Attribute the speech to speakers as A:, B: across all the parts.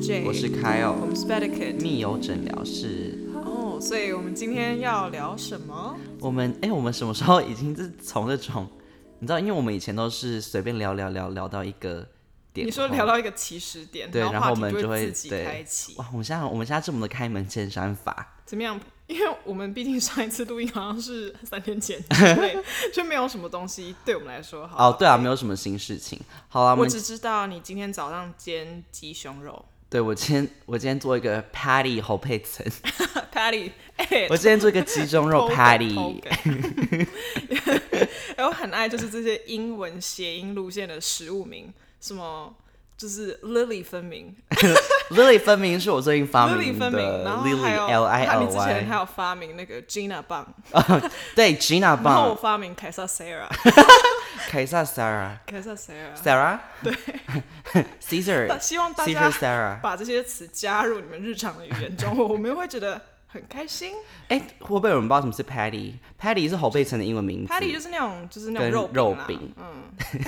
A: J，
B: 我是开
A: 我
B: 哦，
A: 们是 Better Kid。
B: 密友诊疗室。
A: 哦，所以我们今天要聊什么？
B: 我们哎、我们什么时候已经是从这种，你知道，因为我们以前都是随便聊聊聊聊到一个点后，
A: 你说聊到一个起始点，
B: 对然后
A: 话
B: 我们
A: 题
B: 就
A: 会
B: 会
A: 自己
B: 对
A: 开启。
B: 哇，我们现在我们现在这么的开门见山法，
A: 怎么样？因为我们毕竟上一次录音好像 是三天前之类，就没有什么东西对我们来说好。
B: 哦，对啊，没有什么新事情。好啦，
A: 我
B: 我们
A: 只知道你今天早上煎鸡胸肉
B: 对我今天我今天做一个 patty 侯佩岑，
A: ，Patty，哎、
B: 我今天做一个鸡 胸肉 patty，
A: 哎、 我很爱就是这些英文谐音路线的食物名，什么就是 Lily 分明
B: Lily 分明是我最近发
A: ，Lily
B: 明
A: 分明，然
B: 的
A: 后还
B: Lily
A: 有
B: L I
A: 还有
B: L
A: 你之前还
B: Y，
A: 有发明那个 Gina 棒，
B: 对 Gina
A: 然后我
B: 棒，
A: 发明凯撒 Sarah，
B: 凯撒 Sarah。
A: 凯撒 Sarah，
B: Sarah，对 ，Caesar，
A: 希望大
B: Caesar
A: 家
B: Sarah。
A: 把这些词加入你们日常的语言中，我们会觉得很开心。
B: 哎、会不会有人不知道什么是 Patty？Patty 是侯佩岑的英文名字
A: Patty 就是那种就是那种
B: 跟
A: 肉
B: 肉
A: 啦
B: 饼
A: 嗯，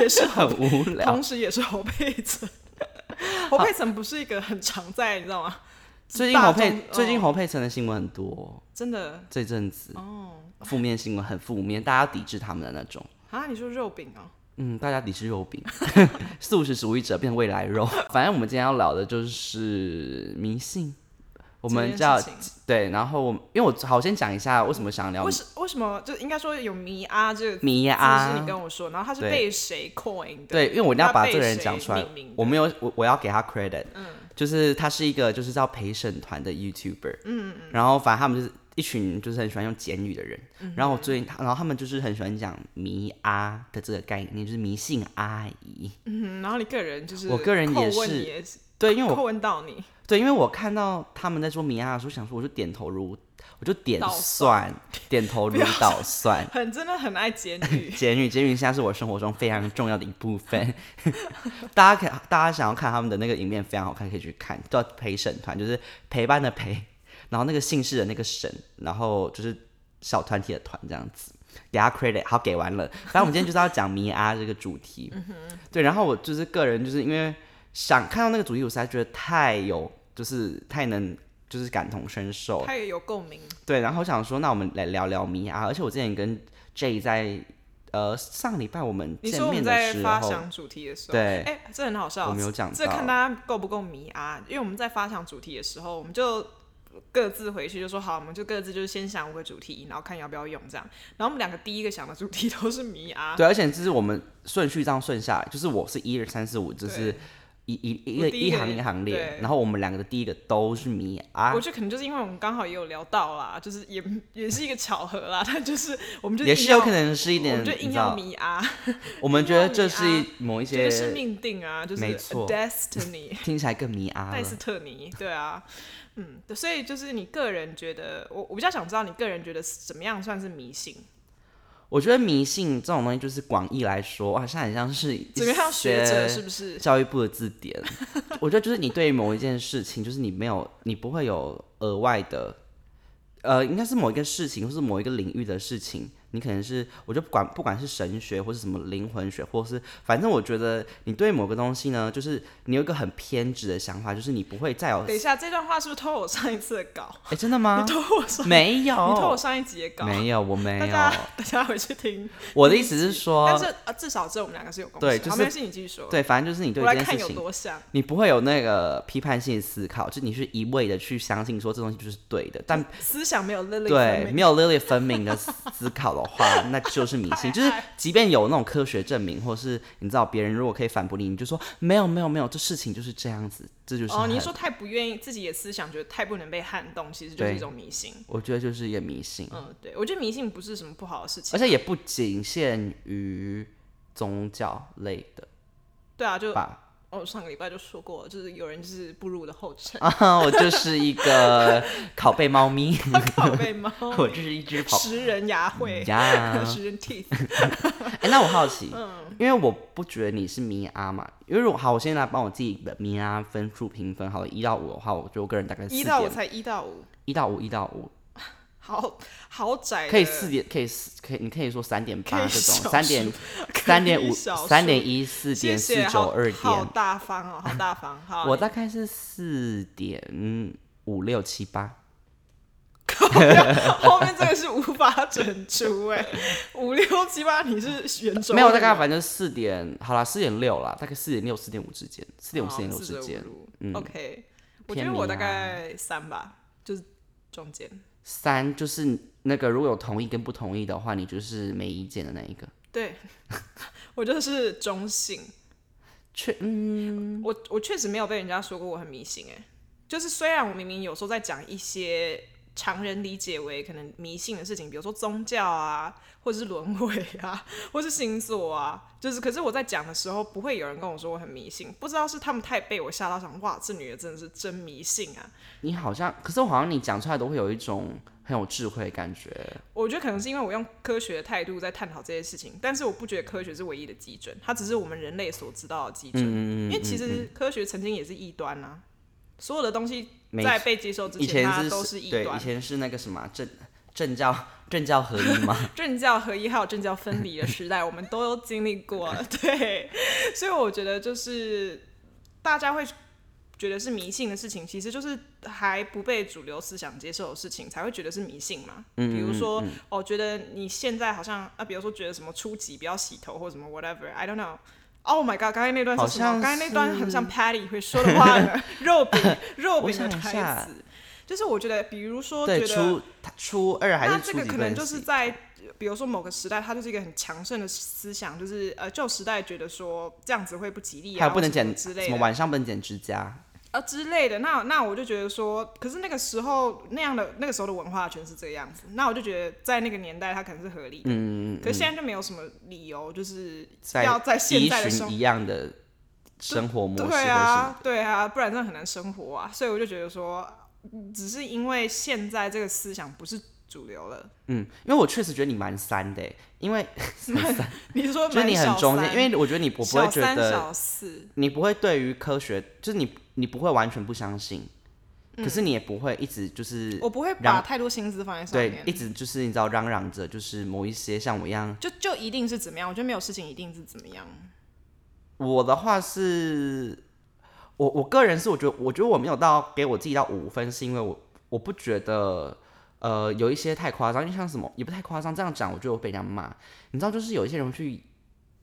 A: 也是
B: 很无 聊。
A: 同时也是侯佩 岑。侯佩岑不是一个很常在，你知道吗？
B: 最近
A: 大
B: 侯佩
A: 众
B: 最近
A: 哦
B: 侯佩岑的新闻很多，
A: 真的
B: 这阵子
A: 哦
B: 负面新闻很负面，大家抵制他们的那种。
A: 啊！你说肉饼哦，
B: 嗯，大家抵制肉 饼，素食主义者变未来肉。 反正我们今天要聊的就是迷信，我们
A: 这
B: 叫
A: 件事情
B: 对，然后我因为我好先讲一下为什么想聊
A: 为什为什么就应该说有迷啊这个字
B: 迷
A: 是
B: 啊
A: 你，跟我说，然后他是
B: 对
A: 被谁 coin 的？
B: 对，因为我一定要
A: 他
B: 把
A: 被
B: 这个人
A: 谁
B: 讲出来
A: 命名，的
B: 我没有，我我要给他 credit，嗯，就是他是一个就是叫陪审团的 YouTuber，嗯，然后反正他们就是一群就是很喜欢用简语的人，
A: 嗯
B: 然后我最近他，然后他们就是很喜欢讲迷啊的这个概念，就是迷信阿姨，
A: 嗯，然后你个人就是
B: 我个人也
A: 叩问
B: 是
A: 你也是，
B: 对，因为我
A: 叩问到你，
B: 对，因为我看到他们在说迷啊的时候，想说我就点头如，我就点
A: 捣
B: 算，点头 如捣蒜。。
A: 很真的很爱解女
B: 监狱，监狱现在是我生活中非常重要的一部分。 大家可大家想要看他们的那个影片非常好看，可以去看。叫陪审团，就是陪伴的陪，然后那个姓氏的那个审，然后就是小团体的团这样子。给他 credit，好给完了。反正我们今天就是要讲迷啊这个主题。对，然后我就是个人就是因为想看到那个主题，我实在觉得太有，就是太能。就是感同身受，
A: 他也有共鸣，
B: 对，然后想说，那我们来聊聊迷啊。而且我之前跟 J 在呃上礼拜我们
A: 你
B: 见
A: 说我
B: 面
A: 们
B: 的
A: 在
B: 时
A: 发
B: 候，
A: 想主题的时候，
B: 对
A: 哎、这很好笑，
B: 我没有讲
A: 这看
B: 到，
A: 大家够不够迷啊？因为我们在发想主题的时候，我们就各自回去就说好，我们就各自就是先想五个主题，然后看要不要用这样。然后我们两个第一个想的主题都是迷啊，
B: 对，而且这是我们顺序这样顺下来，就是我是一二三四五，就是
A: 对
B: 一一一
A: 我
B: 个
A: 第一
B: 一
A: 个
B: 行
A: 也
B: 一行列
A: 对，
B: 然后我们两个的第一个都是迷啊
A: 我，觉得可能就是因为我们刚好也有聊到啦，就是也也是一个 巧合啦，但就是我们就
B: 也
A: 硬
B: 是
A: 要
B: 有可能是一
A: 我
B: 点，
A: 们就
B: 你
A: 硬
B: 知
A: 要
B: 道，
A: 迷啊，
B: 我们觉
A: 要
B: 得这
A: 迷
B: 是
A: 啊
B: 某一
A: 这
B: 些
A: 个是命定啊，就是
B: 没错
A: destiny。
B: 听起来更迷啊
A: 奈
B: 了
A: 斯。特尼，对啊，嗯，对所以就是你个人觉得，我我比较想知道你个人觉得怎么样算是迷信？
B: 我觉得迷信这种东西，就是广义来说，哇，现在很像是一
A: 怎么样，学
B: 些
A: 者是不是？
B: 教育部的字典， 我觉得就是你对于某一件事情，就是你没有，你不会有额外的，呃，应该是某一个事情，或是某一个领域的事情，你可能是，我就不管不管是神学，或是什么灵魂学，或是反正我觉得你对某个东西呢，就是你有一个很偏执的想法，就是你不会再有，
A: 等一
B: 哎、
A: 下，这段话是不是偷我上一次的稿？
B: 真的 吗
A: 你？偷我上，
B: 没
A: 你偷我
B: 有，
A: 上一集的稿。
B: 没有，我没
A: 大
B: 有，
A: 家大家回去听。
B: 我的意思是
A: 但
B: 说，
A: 是啊，至少这我们两个是有共识。
B: 哦对就是
A: 好没关系，你继续说。
B: 对，反正就是你对
A: 我
B: 这
A: 来
B: 件
A: 看
B: 事
A: 有
B: 情。
A: 多像。
B: 你不会有那个批判性思考，就你是一味的去相信说这东西就是对的，但
A: 思想没有 Lily
B: 对
A: 分明
B: 没有 lily 分明的思思考的话，那就是迷 信。就是即便有那种科学证明，或是你知道别人如果可以反驳你，你就说没有没有没有，这事情就是这样子，这就是
A: 哦，
B: 很
A: 你是说太不愿意自己的思想，觉得太不能被撼动，其实就是
B: 对
A: 一种迷信。
B: 我觉得就是一个迷信，
A: 嗯，对，我觉得迷信不是什么不好的事情
B: 而。且也不仅限于宗教类的
A: 对啊，就
B: 吧。
A: 哦，上个礼拜就说过，就是有人就是步入我的后尘，
B: 啊，我就是 一个拷贝猫咪，
A: 拷贝猫，
B: 我嗯就是一只跑
A: 食人牙慧，
B: 呀。
A: 食人 teeth。
B: 哎、那我好奇，
A: 嗯
B: 因为我不觉得你是迷阿嘛，因为如果好，我现在来帮我自己的迷阿分数评分，好了，一到五的话，我觉得我个人大概四
A: 一到我
B: 点，
A: 才一到五，
B: 一到五，一到五，
A: 好好窄的，
B: 可以四点，可以四，可以，你可以说三点
A: 哎可
B: 八
A: 以
B: 这
A: 少
B: 种，三点三点五、
A: 小数
B: 三点一、四
A: 谢
B: 点四
A: 谢，
B: 九、
A: 好
B: 二
A: 好
B: 点，
A: 大方哦，好大方，好，
B: 我大概是四点五六七八。
A: 后面这个是无法整除哎，五六七八你是圆周率
B: 没有，大概反正四点，好啦，四点六啦，大概四点六、四点五之间，四点五、
A: 好
B: 四点六之间，
A: 4.5
B: 嗯
A: OK，我觉
B: 偏
A: 得我
B: 迷
A: 大
B: 啊
A: 概三吧，就是中间。
B: 三就是那个如果有同意跟不同意的话，你就是没意见的那一个。
A: 对， 我就是中性。
B: 确嗯，
A: 我我确实没有被人家说过我很迷信哎、就是虽然我明明有时候在讲一些常人理解为可能迷信的事情，比如说宗教啊，或者是轮回啊，或是星座啊，就是可是我在讲的时候，不会有人跟我说我很迷信，不知道是他们太被我吓到想，哇，这女的真的是真迷信啊！
B: 你好像，可是我好像你讲出来都会有一种很有智慧的感觉。
A: 我觉得可能是因为我用科学的态度在探讨这些事情，但是我不觉得科学是唯一的基准，它只是我们人类所知道的基
B: 嗯
A: 准。因为其实科学曾经也是异端啊，所有的东西
B: 没
A: 在被接受之
B: 以前
A: 它
B: 是
A: 都是异
B: 对，以
A: 端。
B: 前是那个什么政政教 政教合一嘛，
A: 政教合一还有政教分离的时代，我们都经历 过。对，所以我觉得就是大家会觉得是迷信的事情，其实就是还不被主流思想接受的事情，才会觉得是迷信嘛。
B: 嗯
A: 比如说，哦，觉得你现在好像啊，比如说觉得什么初级不要洗头或什么 whatever，I don't know。Oh my god！刚才那段是什
B: 好
A: 么？
B: 像是
A: 刚才那段很像 Patty 会说的话 呢，肉饼肉
B: 我
A: 饼的
B: 想一
A: 台
B: 下
A: 词，就是 我觉得，比如说觉得
B: 对，初初二还
A: 那
B: 是
A: 这
B: 初
A: 个
B: 几
A: 可
B: 分
A: 能就是
B: 析
A: 在呃比如说某个时代，它就是一个很强盛的思想，就是呃旧时代觉得说这样子会不吉利啊，
B: 还有不能
A: 或什
B: 剪
A: 么之类
B: 什么
A: 的，
B: 晚上不能剪指甲，
A: 呃之类的。那那我就觉得说，可是那个时候那样的那个时候的文化全是这个样子，那我就觉得在那个年代它可能是合理的，嗯，可是现在就没有什么理由就是
B: 在
A: 要在现
B: 依
A: 在的生
B: 循一样的生活模式或
A: 对
B: 是
A: 啊，对啊，不然真的很难生活啊。所以我就觉得说，只是因为现在这个思想不是主流了，
B: 嗯，因为我确实觉得你蛮三的欸，因为
A: 你是说
B: 就是你
A: 蛮
B: 很
A: 小
B: 中
A: 三
B: 间，因为我觉得你我不
A: 小
B: 会觉
A: 三、
B: 得
A: 小四，
B: 你不会对于科学，就是你你不会完全不相信，可是你也不会一直就是
A: 我不会
B: 然
A: 把
B: 后
A: 太多心思放在上
B: 对一
A: 面。
B: 直就是你知道嚷嚷着就是某一些像我一样，
A: 就就一定是怎么样？我觉得没有事情一定是怎么样。
B: 我的话是，我我个人是我觉得我觉得我没有到给我自己到五分，是因为我我不觉得。呃，有一些太夸张，因为像什么也不太夸张，这样讲我觉得我被人家骂。你知道，就是有一些人去，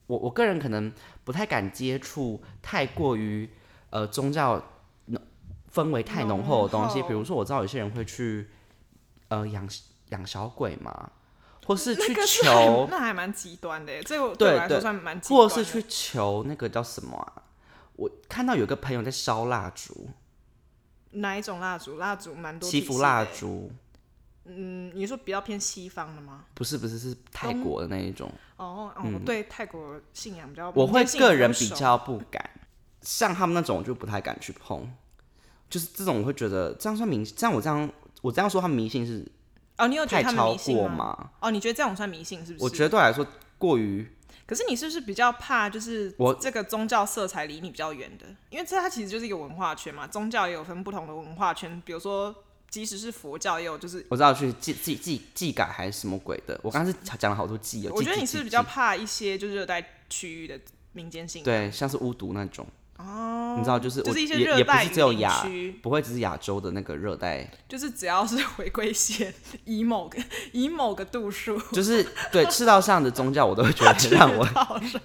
B: 我我个人可能不太敢接触太过于呃宗教浓氛围太浓厚的东西，
A: 浓厚
B: 比如说我知道有些人会去呃养养小鬼嘛，或是去
A: 那个是
B: 求
A: 很那还蛮极端的耶，这个
B: 对
A: 我来说
B: 对
A: 算蛮极
B: 或
A: 端
B: 是
A: 的。
B: 去求那个叫什么啊？我看到有个朋友在烧蜡烛，
A: 哪一种蜡烛？蜡烛蛮多
B: 祈
A: 体
B: 福
A: 系
B: 蜡
A: 的耶。
B: 烛，
A: 嗯，你说比较偏西方的吗？
B: 不是不是是泰国的那一种，
A: 哦，哦，我对泰国信仰比较，
B: 嗯我会
A: 民间信仰
B: 个人
A: 熟
B: 比较不敢，像他们那种我就不太敢去碰，就是这种我会觉得这样算迷，这样我这样我这样说他们迷信是
A: 哦，你有觉
B: 太
A: 得他们
B: 超
A: 迷信
B: 过
A: 吗？
B: 吗？
A: 哦，你觉得这种算迷信是不是？
B: 我觉得对我来说过于
A: 可是你是不是比较怕，就是
B: 我
A: 这个宗教色彩离你比较远的？因为这它其实就是一个文化圈嘛，宗教也有分不同的文化圈，比如说即使是佛教，也有就是。
B: 我知道去祭祭祭祭改还是什么鬼的，我刚刚是讲了好多祭哦，
A: 我觉得
B: 祭
A: 你
B: 祭
A: 是不是比
B: 祭
A: 较怕一些就是热带区域的民间信仰，
B: 对，像是巫毒那种哦，你知道就是
A: 就
B: 我
A: 是一些
B: 也
A: 热
B: 也不
A: 带
B: 是
A: 雨
B: 只有
A: 林
B: 亚
A: 区，
B: 不会只是亚洲的那个热带，
A: 就是只要是回归线以某个以某个度数，
B: 就是对赤道上的宗教，我都会觉得让我
A: 到上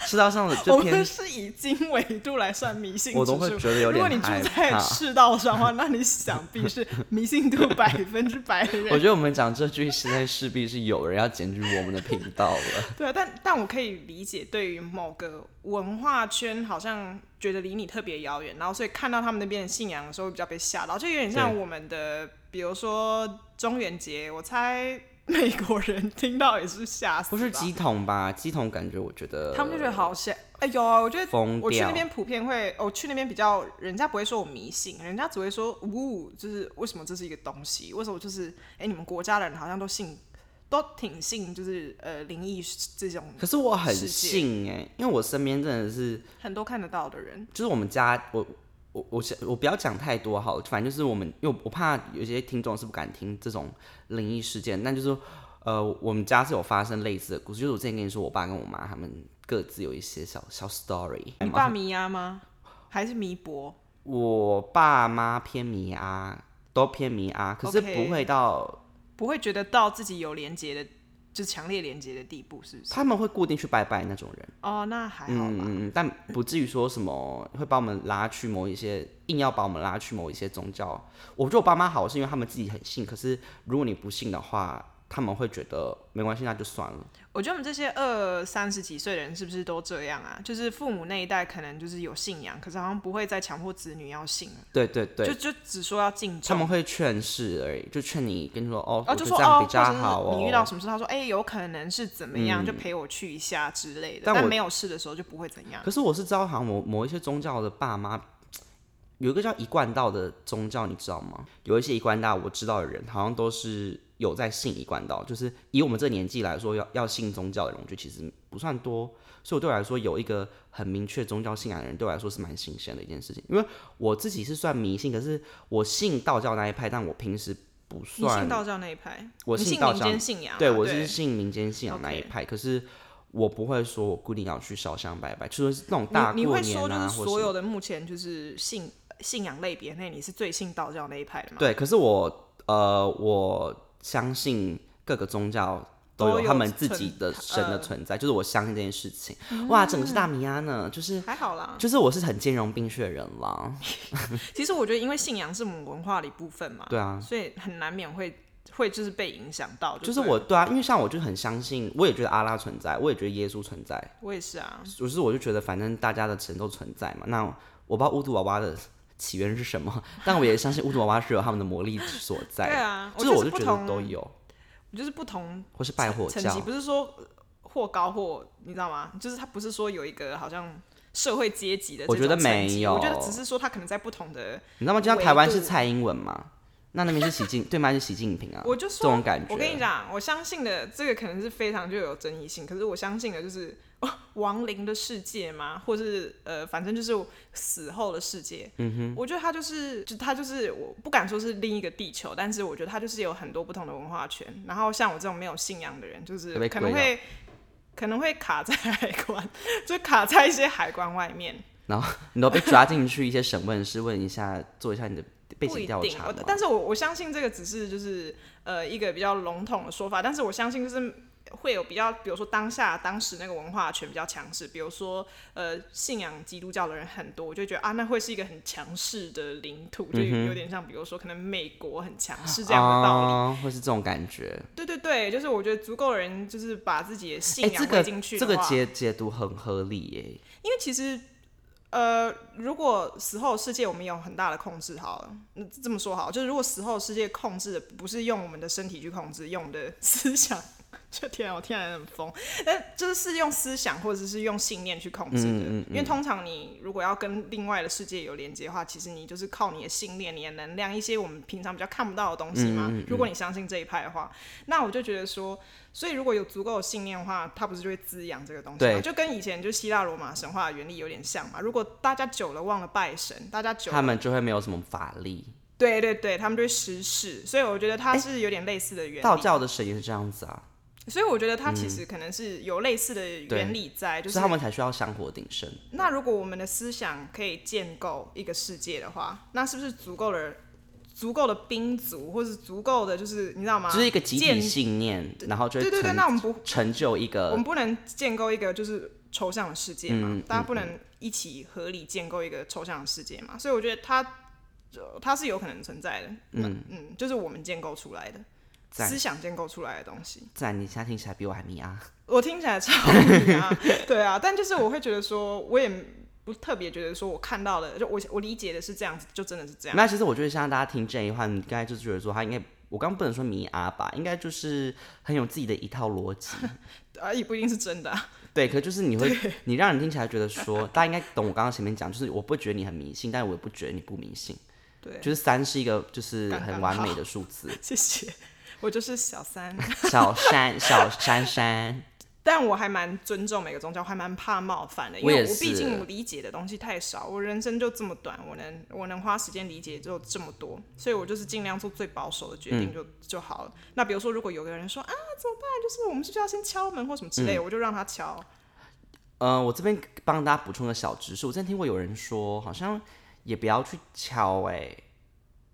B: 赤道上的就
A: 我们
B: 偏，
A: 是以经纬度来算迷信
B: 我都
A: 指
B: 会
A: 数
B: 觉得有
A: 如果你
B: 点
A: 住在
B: 害怕。
A: 世道上的话，那你想必是迷信 度百分之百的人
B: 我觉得我们讲这句实在势必是有人要检举我们的频道 了。
A: 对啊，但但我可以理解，对于某个文化圈，好像觉得离你特别遥远，然后所以看到他们那边的信仰的时候，比较被吓到，就有点像
B: 对
A: 我们的，比如说中元节，我猜美国人听到也是吓死吧，
B: 不是鸡桶吧？鸡桶感觉我觉得
A: 他们就觉得好吓，哎呦，我觉得
B: 疯
A: 我去
B: 掉
A: 那。边普遍会，我去那边比较，人家不会说我迷信，人家只会说，呜、就是为什么这是一个东西？为什么就是，哎、你们国家人好像都信，都挺信，就是呃灵异这种
B: 可是我很
A: 世界
B: 信哎、因为我身边真的是，
A: 很多看得到的人。
B: 就是我们家我。我我想我不要讲太多好了，反正就是我们，因为我怕有些听众是不敢听这种灵异事件，那就是呃，我们家是有发生类似的故事，就是我之前跟你说，我爸跟我妈他们各自有一些小小 story。
A: 你爸迷鸭吗？还是迷博？
B: 我爸妈偏迷啊，都偏迷啊，可是
A: OK
B: 不会到
A: 不会觉得到自己有连接的，就强烈连接的地步，是不是？
B: 他们会固定去拜拜那种人。
A: 哦，那还好
B: 嗯
A: 吧。
B: 嗯嗯，但不至于说什么会把我们拉去某一些，硬要把我们拉去某一些宗教。我觉得我爸妈好是因为他们自己很信，可是如果你不信的话，他们会觉得没关系，那就算了。
A: 我觉得我们这些二三十几岁的人是不是都这样啊？就是父母那一代可能就是有信仰，可是好像不会再强迫子女要信了，
B: 对对对，
A: 就就只说要敬
B: 他
A: 重。
B: 们会劝世而已，就劝你跟你说哦，
A: 哦，
B: 我
A: 就
B: 觉
A: 说
B: 得这样
A: 哦，
B: 比较好
A: 或者
B: 哦。嗯
A: 是你遇到什么事，他说哎、有可能是怎么样，就陪我去一下之类的。但
B: 但我
A: 没有事的时候就不会怎样。
B: 可是我是知道，好像某某一些宗教的爸妈，有一个叫一贯道的宗教，你知道吗？有一些一贯道我知道的人，好像都是有在信一贯道，就是以我们这年纪来说，要要信宗教的人，我觉得其实不算多。所以对我来说，有一个很明确宗教信仰的人，对我来说是蛮新鲜的一件事情。因为我自己是算迷信，可是我信道教那一派，但我平时不
A: 你
B: 算
A: 信道教那一派，
B: 我
A: 你
B: 信
A: 信
B: 道
A: 民
B: 教
A: 间信仰啊、
B: 对，我是信民间信仰那一
A: OK
B: 派，可是我不会说我固定要去烧香拜拜，就是那种大
A: 你你
B: 过
A: 会
B: 年
A: 说就
B: 啊，
A: 是
B: 或
A: 所
B: 什
A: 有
B: 么
A: 的目前就是信呃信仰类别内，你是最信道教那一派的吗？，
B: 对。可是我呃，我相信各个宗教。都
A: 都
B: 有
A: 有
B: 他们自
A: 存
B: 己的神
A: 呃
B: 的存在，就是我相信这件事情。哇，整个是
A: 嗯
B: 大米亚呢，就是
A: 还好啦。
B: 就是我是很兼容并蓄的人啦。
A: 其实我觉得，因为信仰是我们文化的一部分嘛，
B: 对啊，
A: 所以很难免会会就是被影响到。
B: 就是
A: 对了
B: 我，对啊，因为像我就很相信，我也觉得阿拉存在，我也觉得耶稣存在，
A: 我也是啊，
B: 就是我就觉得反正大家的神都存在嘛，那我不知道巫毒娃娃的起源是什么，但我也相信巫毒娃娃是有他们的魔力 所
A: 对
B: 在，
A: 啊，
B: 就是
A: 就
B: 我
A: 是
B: 就
A: 不
B: 觉得都
A: 同，
B: 有，
A: 我就是不同
B: 或是拜火
A: 层级，
B: 教，
A: 不是说呃或高或你知道吗？就是他不是说有一个好像社会阶级的这
B: 我
A: 种
B: 觉得
A: 层级，
B: 没有
A: 我觉得只是说他可能在不同的，
B: 你知道吗？就像
A: 维
B: 台湾是
A: 度
B: 蔡英文嘛，那那边是习近，对面是习近平啊，
A: 我就
B: 这
A: 说
B: 种感觉。
A: 我跟你讲，我相信的这个可能是非常就有争议性，可是我相信的就是 哦，亡灵的世界嘛，或是呃，反正就是死后的世界。嗯哼，我觉得它就是，就它就是，我不敢说是另一个地球，但是我觉得它就是有很多不同的文化圈。然后像我这种没有信仰的人，就是
B: 会被
A: 可能
B: 归
A: 会可能会卡在海关， 就卡在一些海关外面。
B: 你都被抓进去一些审问室，问一下，做一下你的背
A: 不
B: 景
A: 一
B: 调
A: 定
B: 查，
A: 我
B: 嘛
A: 但是我我相信这个只是就是呃一个比较笼统的说法，但是我相信就是会有比较，比如说当下当时那个文化圈比较强势，比如说呃信仰基督教的人很多，我就觉得啊那会是一个很强势的领土，
B: 嗯
A: 就有有点像比如说可能美国很强势这样的道理。
B: 啊，会是这种感觉。
A: 对对对，就是我觉得足够的人就是把自己的
B: 哎、
A: 信
B: 这
A: 仰喂
B: 个
A: 进去
B: 这
A: 的
B: 个
A: 话
B: 解解读很合理耶、
A: 因为其实，呃，如果死后世界我们有很大的控制，好了，嗯这么说好，就是如果死后世界控制的不是用我们的身体去控制，用我们的 思想，就天啊，我天然很疯，但就是是用思想或者是用信念去控制的，因为通常你如果要跟另外的世界有连接的话，其实你就是靠你的信念、你的能量，一些我们平常比较看不到的东西嘛。如果你相信这一派的话，那我就觉得说，所以如果有足够的信念的话，它不是就会滋养这个东西吗？
B: 对
A: 就跟以前就希腊罗马神话的原理有点像嘛。如果大家久了忘了拜神，大家久
B: 他
A: 了，
B: 们就会没有什么法力。
A: 对对对，他们就会失势，所以我觉得
B: 哎
A: 它是有点类似的原理。
B: 道嗯教的神也是这样子啊，
A: 所以我觉得它其实可能是有类似的原理在，就
B: 就是是他们才需要香火鼎盛。
A: 那如果我们的思想可以建构一个世界的话，那是不是足够的、足够的兵卒，或是足够的就是你知道吗？
B: 就是一个集体
A: 建
B: 信念，然后就
A: 对
B: 会
A: 对对，
B: 成
A: 那我们不，
B: 成就一
A: 我
B: 个
A: 们不能建构一个就是抽象的世界嘛，
B: 嗯
A: 大家不能一起合理建构一个抽象的世界嘛，所以我觉得它呃它是有可能存在的，嗯嗯，就是我们建构出来的
B: 赞
A: 思想建构出来的东西。
B: 赞。你现在听起来比我还迷啊！
A: 我听起来超迷 啊，对啊，但就是我会觉得说，我也不特别觉得说我看到的，就我我理解的是这样子，就真的是这样。
B: 那其实我觉得，像大家听这一话，你刚才就觉得说他应该，我刚刚不能说迷啊吧，应该就是很有自己的一套逻 辑。
A: 啊，也不一定是真的啊、
B: 对，可就是你会，你让人听起来觉得说，大家应该懂我刚刚前面讲，就是我不觉得你很迷信，但我也不觉得你不迷信，
A: 对，
B: 就是三是一个就是
A: 刚
B: 很
A: 刚
B: 完
A: 好
B: 美的数字。
A: 谢谢，我就是小三。
B: 小山，小珊珊，
A: 但我还蛮尊重每个宗教，我还蛮怕冒犯的，因
B: 我也
A: 为我
B: 是
A: 毕竟我理解的东西太少，我人生就这么短，我能我能花时间理解就这么多，所以我就是尽量做最保守的决定
B: 嗯
A: 就、就好了。那比如说，如果有个人说啊怎么办，就是我们是不是要先敲门或什么之
B: 嗯
A: 类的，我就让他敲。
B: 呃，我这边帮大家补充个小知识，我之前听过有人说，好像也不要去敲、哎，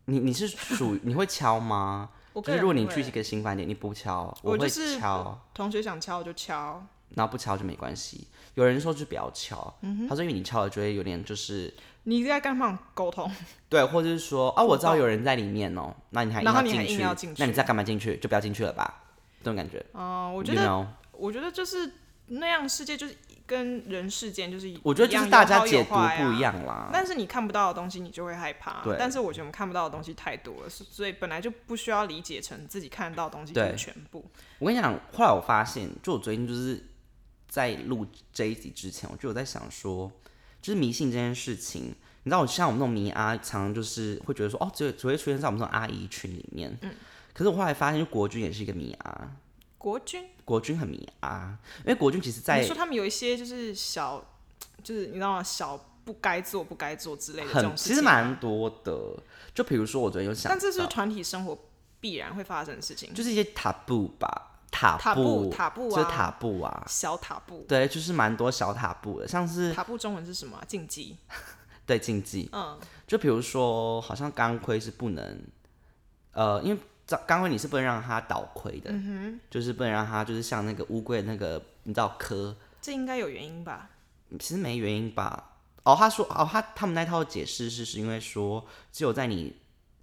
B: 你你是属于你会敲吗？
A: 我
B: 就
A: 个
B: 是
A: 人
B: 如果你
A: 不
B: 去
A: 会
B: 一个新饭店，你不敲，
A: 我就
B: 会
A: 是
B: 敲，
A: 同学想敲我就敲，
B: 然后不敲就没关系。有人说就不要敲，
A: 嗯
B: 他说因为你敲了就会有点就是
A: 你在干嘛沟 通？
B: 对，或者是说啊，我知道
A: 互动
B: 有人在里面哦、那你还硬
A: 然后
B: 要
A: 你还
B: 进
A: 硬
B: 去，
A: 要进
B: 那你
A: 去
B: 在干嘛进去？就不要进去了吧，这种感觉。
A: 嗯、我觉
B: You
A: 得
B: know
A: 我觉得就是那样，世界就是跟人世间就是一样，
B: 我觉得就是大家
A: 有好有
B: 解读
A: 坏
B: 不一
A: 啊。
B: 样啦。
A: 但是你看不到的东西，你就会害怕
B: 对。
A: 但是我觉得我们看不到的东西太多了，所所以本来就不需要理解成自己看得到的东西就
B: 对
A: 是全部。
B: 我跟你讲，后来我发现，就我最近就是在录这一集之前，我就有在想说，就是迷信这件事情。你知道，我像我们那种迷阿，常常就是会觉得说，哦，只有只会出现在我们这种阿姨群里面。嗯。可是我后来发现，就国军也是一个迷阿，
A: 国军，
B: 国军很迷阿，因为国军其实在
A: 你说他们有一些就是小，就是你知道吗？小不该做、不该做之类的这
B: 很
A: 种
B: 其
A: 事
B: 实
A: 情，啊
B: 蛮多的。就比如说，我昨天有想到，
A: 但这是团体生活必然会发生的事情，
B: 就是一些塔布吧，塔
A: 塔
B: 布
A: 布塔布啊
B: 就是塔布啊，
A: 小塔布。
B: 对，就是蛮多小塔布的，像是
A: 塔布中文是什么啊、禁忌。
B: 对禁忌，嗯，就比如说，好像钢盔是不能，呃，因为钢钢盔你是不能让它倒盔的，嗯、就是不能让它就是像那个乌龟的那个你知道壳，
A: 这应该有原因吧？
B: 其实没原因吧？哦，他说哦，他他们那套解释是是因为说只有在你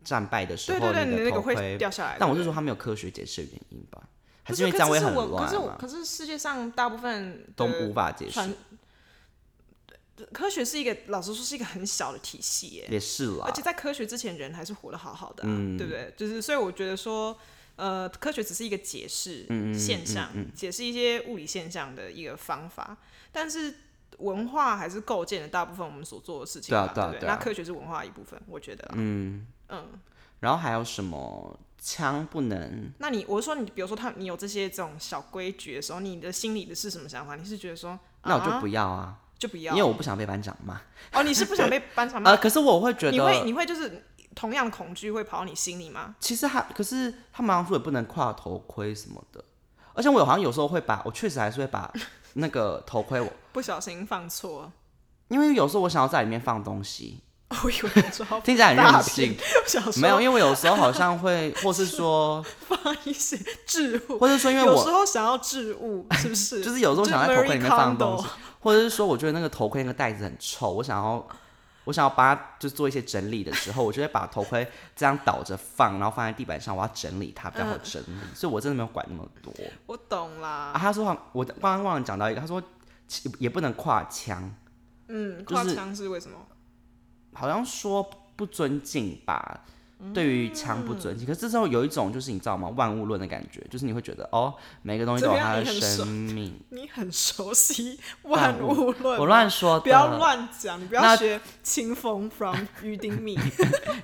B: 战败的时
A: 对
B: 候
A: 对对，你那
B: 头
A: 个
B: 盔
A: 会，掉下来。
B: 但我是说他没有科学解释的原因吧？还
A: 不
B: 因为这样会
A: 可
B: 很
A: 是我
B: 乱
A: 可是我
B: 啊，
A: 可是世界上大部分的
B: 都无法解释
A: 传，科学是一个，老实说是一个很小的体系耶。
B: 也是啦
A: 而。且在科学之前，人还是活得好好的、啊，
B: 嗯
A: 对不对？就是所以我觉得说，呃，科学只是一个解释
B: 嗯
A: 现象，解释一些物理现象的一个方法，但是文化还是构建了大部分我们所做的事情
B: 对啊
A: 吧，
B: 对啊
A: 不对？
B: 对啊
A: 那科学是文化的一部分，我觉得啦。嗯嗯，
B: 然后还有什么枪不能？
A: 那你我是说你，比如说他你有这些这种小规矩的时候，你的心里的是什么想法？你是觉得说，
B: 那我
A: 啊
B: 就不要啊，
A: 就不
B: 因
A: 要
B: 为我不想被班长骂。
A: 哦，你是不想被班长骂
B: 呃，？可是我会觉
A: 你会
B: 得，
A: 你会就是同样的恐惧会跑到你心里吗？
B: 其实还可是他们好像说也不能跨头盔什么的，而且我好像有时候会把我确实还是 会把那个头盔我，
A: 不小心放 错，
B: 因为有时候我想要在里面放东西，
A: 我以为你说要
B: 听起来很
A: 大
B: 任
A: 便
B: 性，
A: 不小心
B: 没有，因为我有时候好像会，或 是说，
A: 放一些置物，
B: 或是说，因为
A: 有时
B: 我
A: 候想要置物，是不是？
B: 就是有时候想在头盔里面
A: Marie
B: 放东
A: Kondo
B: 西，或者是说我觉得那个头盔那个袋子很臭，我想要。我想要把它就做一些整理的时候，我就会把头盔这样倒着放，然后放在地板上，我要整理它比较
A: 嗯
B: 好整理，所以我真的没有管那么多。
A: 我懂啦，
B: 啊，他说好我刚刚忘了讲到一个，他说其也不能跨墙，
A: 嗯，
B: 就
A: 跨
B: 是
A: 墙是为什么？
B: 好像说不尊敬吧，
A: 嗯
B: 对于墙不尊敬。可是这时候有一种就是你知道吗，万物论的感觉，就是你会觉得哦，每个东西都有
A: 怎么
B: 它
A: 样
B: 的
A: 你很熟
B: 生命。
A: 你很熟悉
B: 万
A: 万
B: 物
A: 物论，
B: 哎我乱说的，
A: 不要乱讲，你不
B: 那
A: 要学清风 from 于丁密。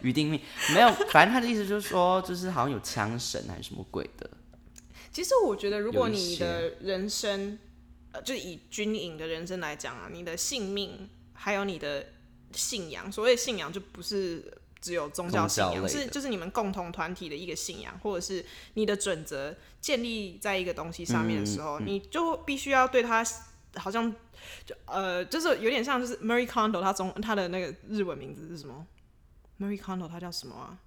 B: 于定命没有，反正他的意思就是说，就是好像有枪神还是什么鬼的，
A: 其实我觉得，如果
B: 有一
A: 你
B: 些
A: 的人生，呃，就以军营的人生来讲啊，你的性命还有你的信仰，所谓信仰就不是只有宗教信
B: 宗教
A: 仰，
B: 类的
A: 是就是你们共同团体的一个信仰，或者是你的准则建立在一个东西上面的时候，
B: 嗯
A: 你就必须要对它。好像就呃，就是有点像，就是 Marie Kondo，他中他的那个日文名字是什么？Marie Kondo，他叫什么啊？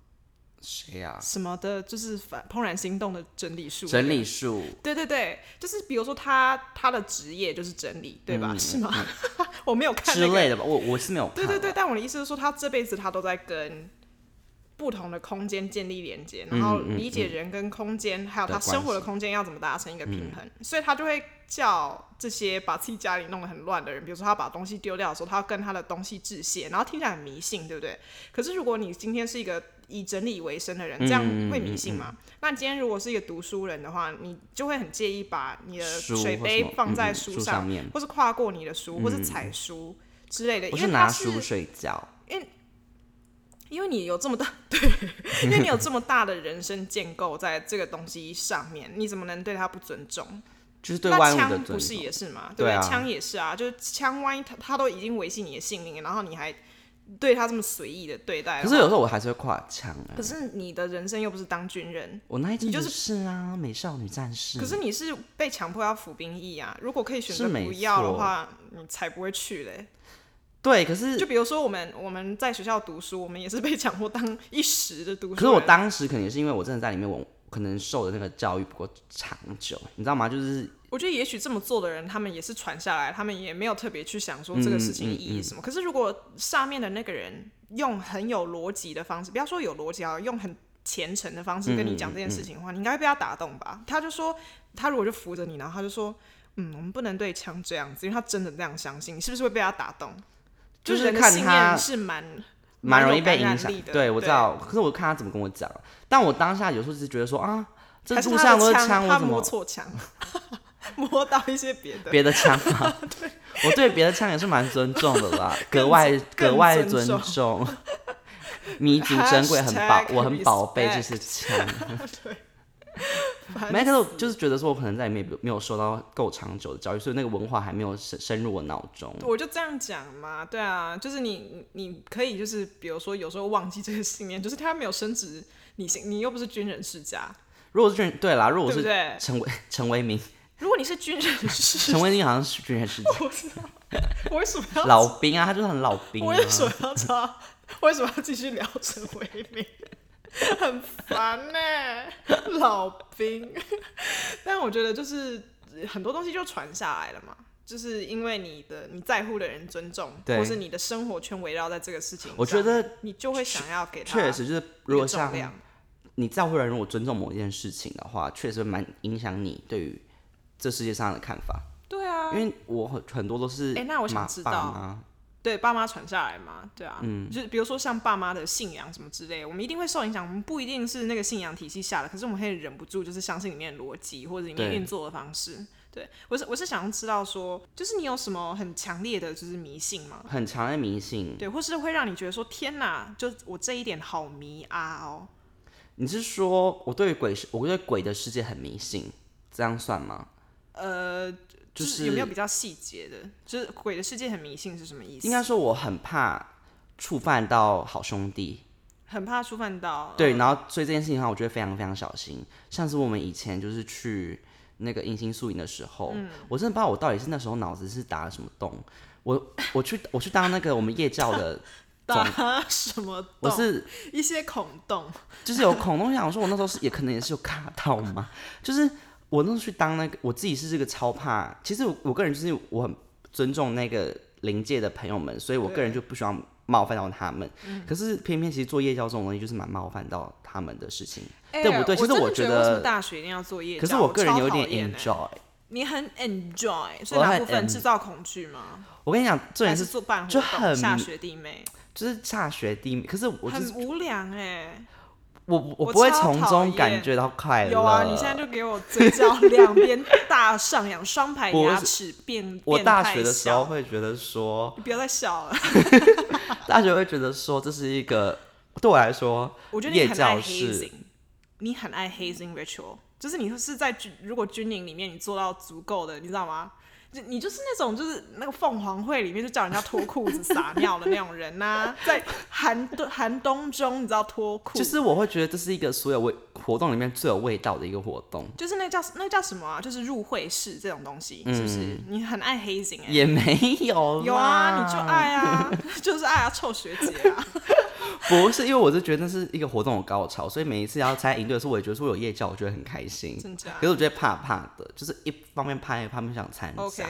B: 谁啊？
A: 什么的，就是反怦然心动的整理术。
B: 整理术，
A: 对对对，就是比如说他他的职业就是整理，对吧？
B: 嗯
A: 是吗？ 我没有看
B: 之
A: 那个。
B: 类的吧，我我是没有看
A: 对
B: 啊。
A: 对对，但我的意思是说，他这辈子他都在跟不同的空间建立连接，然
B: 嗯
A: 后理解人跟空间，还有
B: 的
A: 他生活
B: 关
A: 的
B: 系
A: 空间要怎么达成一个平衡，所以他就会叫这些把自己家里弄得很乱的人，比如说他把东西丢掉的时候，他要跟他的东西致谢，然后听起来很迷信，对不对？可是如果你今天是一个以整理为生的人，
B: 嗯
A: 这样会迷信吗？那你今天如果是一个读书人的话，你就会很介意把你的
B: 书
A: 水
B: 或什
A: 杯
B: 么
A: 放在
B: 嗯
A: 书
B: 书
A: 上，
B: 上面
A: 或是跨过你的书，或是踩书之类的，
B: 嗯我
A: 因为
B: 拿
A: 它是
B: 书睡觉，
A: 因为你有这么大， 对，因为你有这么大的人生建构在这个东西上面，你怎么能对他不尊重？
B: 就是对
A: 那
B: 万物的
A: 枪
B: 尊
A: 不是
B: 重
A: 也是吗？
B: 对
A: 对
B: 啊
A: 不对？枪也是啊，就是枪，万一他他都已经维系你的性命，然后你还对他这么随意的对待的
B: 可
A: 话，
B: 是有时候我还是会跨枪啊
A: 可。是你的人生又不是当军人，
B: 我那一阵
A: 你就
B: 子是啊，美少女战士。
A: 可是你是被强迫要服兵役啊。如果可以选择
B: 是没
A: 不要的话，你才不会去嘞。
B: 对，可是
A: 就比如说我们我们在学校读书，我们也是被强迫当一时的读书人。
B: 可是我当时可能也是因为我真的在里面，我可能受的那个教育不够长久，你知道吗？就是
A: 我觉得也许这么做的人，他们也是传下来，他们也没有特别去想说这个事
B: 嗯
A: 情意义是什么。可是如果上面的那个人用很有逻辑的方式，不要说有逻辑啊，用很虔诚的方式跟你讲
B: 嗯
A: 这件事情的话，你应该会被他打动吧？他就说，他如果就扶着你，然后他就说。嗯，我们不能对枪这样子，因为他真的那样相信，你是不是会被他打动？
B: 就是
A: 人的
B: 看
A: 信
B: 他
A: 念是蛮
B: 蛮容易
A: 有
B: 被
A: 感染
B: 影响
A: 力。的
B: 对，我知
A: 对
B: 道。可是我看他怎么跟我讲，但我当下有时候只是觉得说啊，这
A: 还是
B: 路
A: 他
B: 上都
A: 的
B: 是
A: 枪，
B: 我
A: 他
B: 怎
A: 摸
B: 么
A: 错 枪，摸到一些别的。
B: 别的枪 嘛？ 我对别的枪也是蛮尊重的啦，格外格
A: 更
B: 外
A: 尊
B: 尊
A: 重
B: 重， 弥足珍贵，很宝，
A: Hashtag
B: 我很宝贝这
A: respect
B: 些枪。
A: 反
B: 没，
A: 正
B: 可是我就是觉得说，我可能在里面没有受到够长久的教育，所以那个文化还没有深深入我脑中。
A: 我就这样讲嘛，对啊，就是你你你可以就是比如说有时候忘记这个信念，就是他没有升职，你信你又不是军人世家，
B: 如果是军人对啦，如
A: 对
B: 果
A: 不
B: 我是
A: 对？
B: 陈为陈为民，
A: 如果你是军人世
B: 陈为民好像是军人世
A: 我知道， 我为什么要
B: 老兵啊，他就是很老兵
A: 我
B: 啊。
A: 为什么要知道？为什么要继续聊陈为民？很烦呢、老兵。 但我觉得就是呃很多东西就传下来了嘛，就是因为你的你在乎的人尊重，
B: 对
A: 或是你的生活圈围绕在这个事情上，
B: 我觉得
A: 你就会想要给他
B: 确实就是，
A: 一
B: 如
A: 个
B: 果
A: 重
B: 像
A: 量。
B: 你在乎的人，如果尊重某一件事情的话，确实会蛮影响你对于这世界上的看法。
A: 对啊，
B: 因为我很很多都是啊
A: 诶那我想
B: 妈
A: 知
B: 爸
A: 道
B: 妈
A: 对爸妈传下来嘛，对啊，
B: 嗯
A: 就是比如说像爸妈的信仰什么之类，我们一定会受影响，我们不一定是那个信仰体系下的，可是我们会忍不住就是相信里面的逻辑或者里面
B: 对
A: 运作的方式。对我是我是想知道说，就是你有什么很强烈的就是迷信吗？
B: 很强的迷信。
A: 对，或是会让你觉得说天哪，就我这一点好迷啊哦，
B: 你是说我对于鬼世，我对鬼的世界很迷信，这样算吗？
A: 呃，
B: 就是
A: 有没有比较细节的？就是鬼的世界很迷信是什么意思？
B: 应该说我很怕触犯到好兄弟，
A: 很怕触犯到
B: 对，然后所以这件事情上，我觉得非常非常小心。像是我们以前就是去那个迎新宿营的时候，我真的不知道我到底是那时候脑子是打了什么洞。我我去我去当那个我们夜教的，
A: 打什么洞，
B: 我是
A: 一些孔洞。
B: 就是有恐龙，我想说我那时候是也可能也是有卡到嘛，就是我那时候去当那个我自己是这个超怕，其实我我个人就是我很尊重那个临界的朋友们，所以我个人就不希望冒犯到他们。可是偏偏其实做夜教这种东西就是蛮冒犯到他们的事情。
A: 哎
B: 对不对
A: 我
B: 其实
A: 真的
B: 我觉
A: 觉
B: 得
A: 为什么大学一定要做夜
B: 可是
A: 教
B: 我个人
A: 超
B: 有
A: 讨
B: 点
A: 厌欸
B: enjoy。
A: 你很 enjoy，所以
B: 我
A: 哪
B: 很
A: 部分
B: en-
A: 制造恐惧吗？
B: 我跟你讲，重
A: 还
B: 点
A: 是
B: 是
A: 做办活
B: 就
A: 动
B: 很
A: 下学弟妹，
B: 就是下学弟，可是我就是
A: 很无良哎、
B: 我我
A: 我
B: 不会
A: 超
B: 从
A: 讨
B: 中
A: 厌
B: 感觉到快乐。
A: 有啊，你现在就给我嘴 角两边大上扬，双排
B: 我
A: 牙齿变
B: 我
A: 变
B: 大
A: 态
B: 学的时
A: 笑
B: 候会觉得说，
A: 你不要再笑了，
B: 大学会觉得说这是一个对我来说，
A: 我觉得你
B: 夜
A: 很爱
B: 教是
A: hazing，你很爱 hazing ritual，就是你是在军如果军营里面你做到足够的，你知道吗？就你就是那种就是那个凤凰会里面就叫人家脱裤子撒尿的那种人呐、 在寒冬寒冬中你知道脱裤，
B: 就是我会觉得这是一个所有味活动里面最有味道的一个活动，
A: 就是那叫那叫什么啊？就是入会式这种东西，是不是？你很爱 hazing 哎、
B: 也没嗯有
A: 有啊，你就
B: 啦
A: 爱啊， 就是爱啊，臭学姐啊，
B: 不是因为我是觉得那是一个活动的高潮，所以每一次要参加营队的时候，我也觉得说有夜教，我觉得很开心。
A: 真假
B: 可是我觉得怕怕的，就是一方面怕，一方面想参加。
A: ？OK，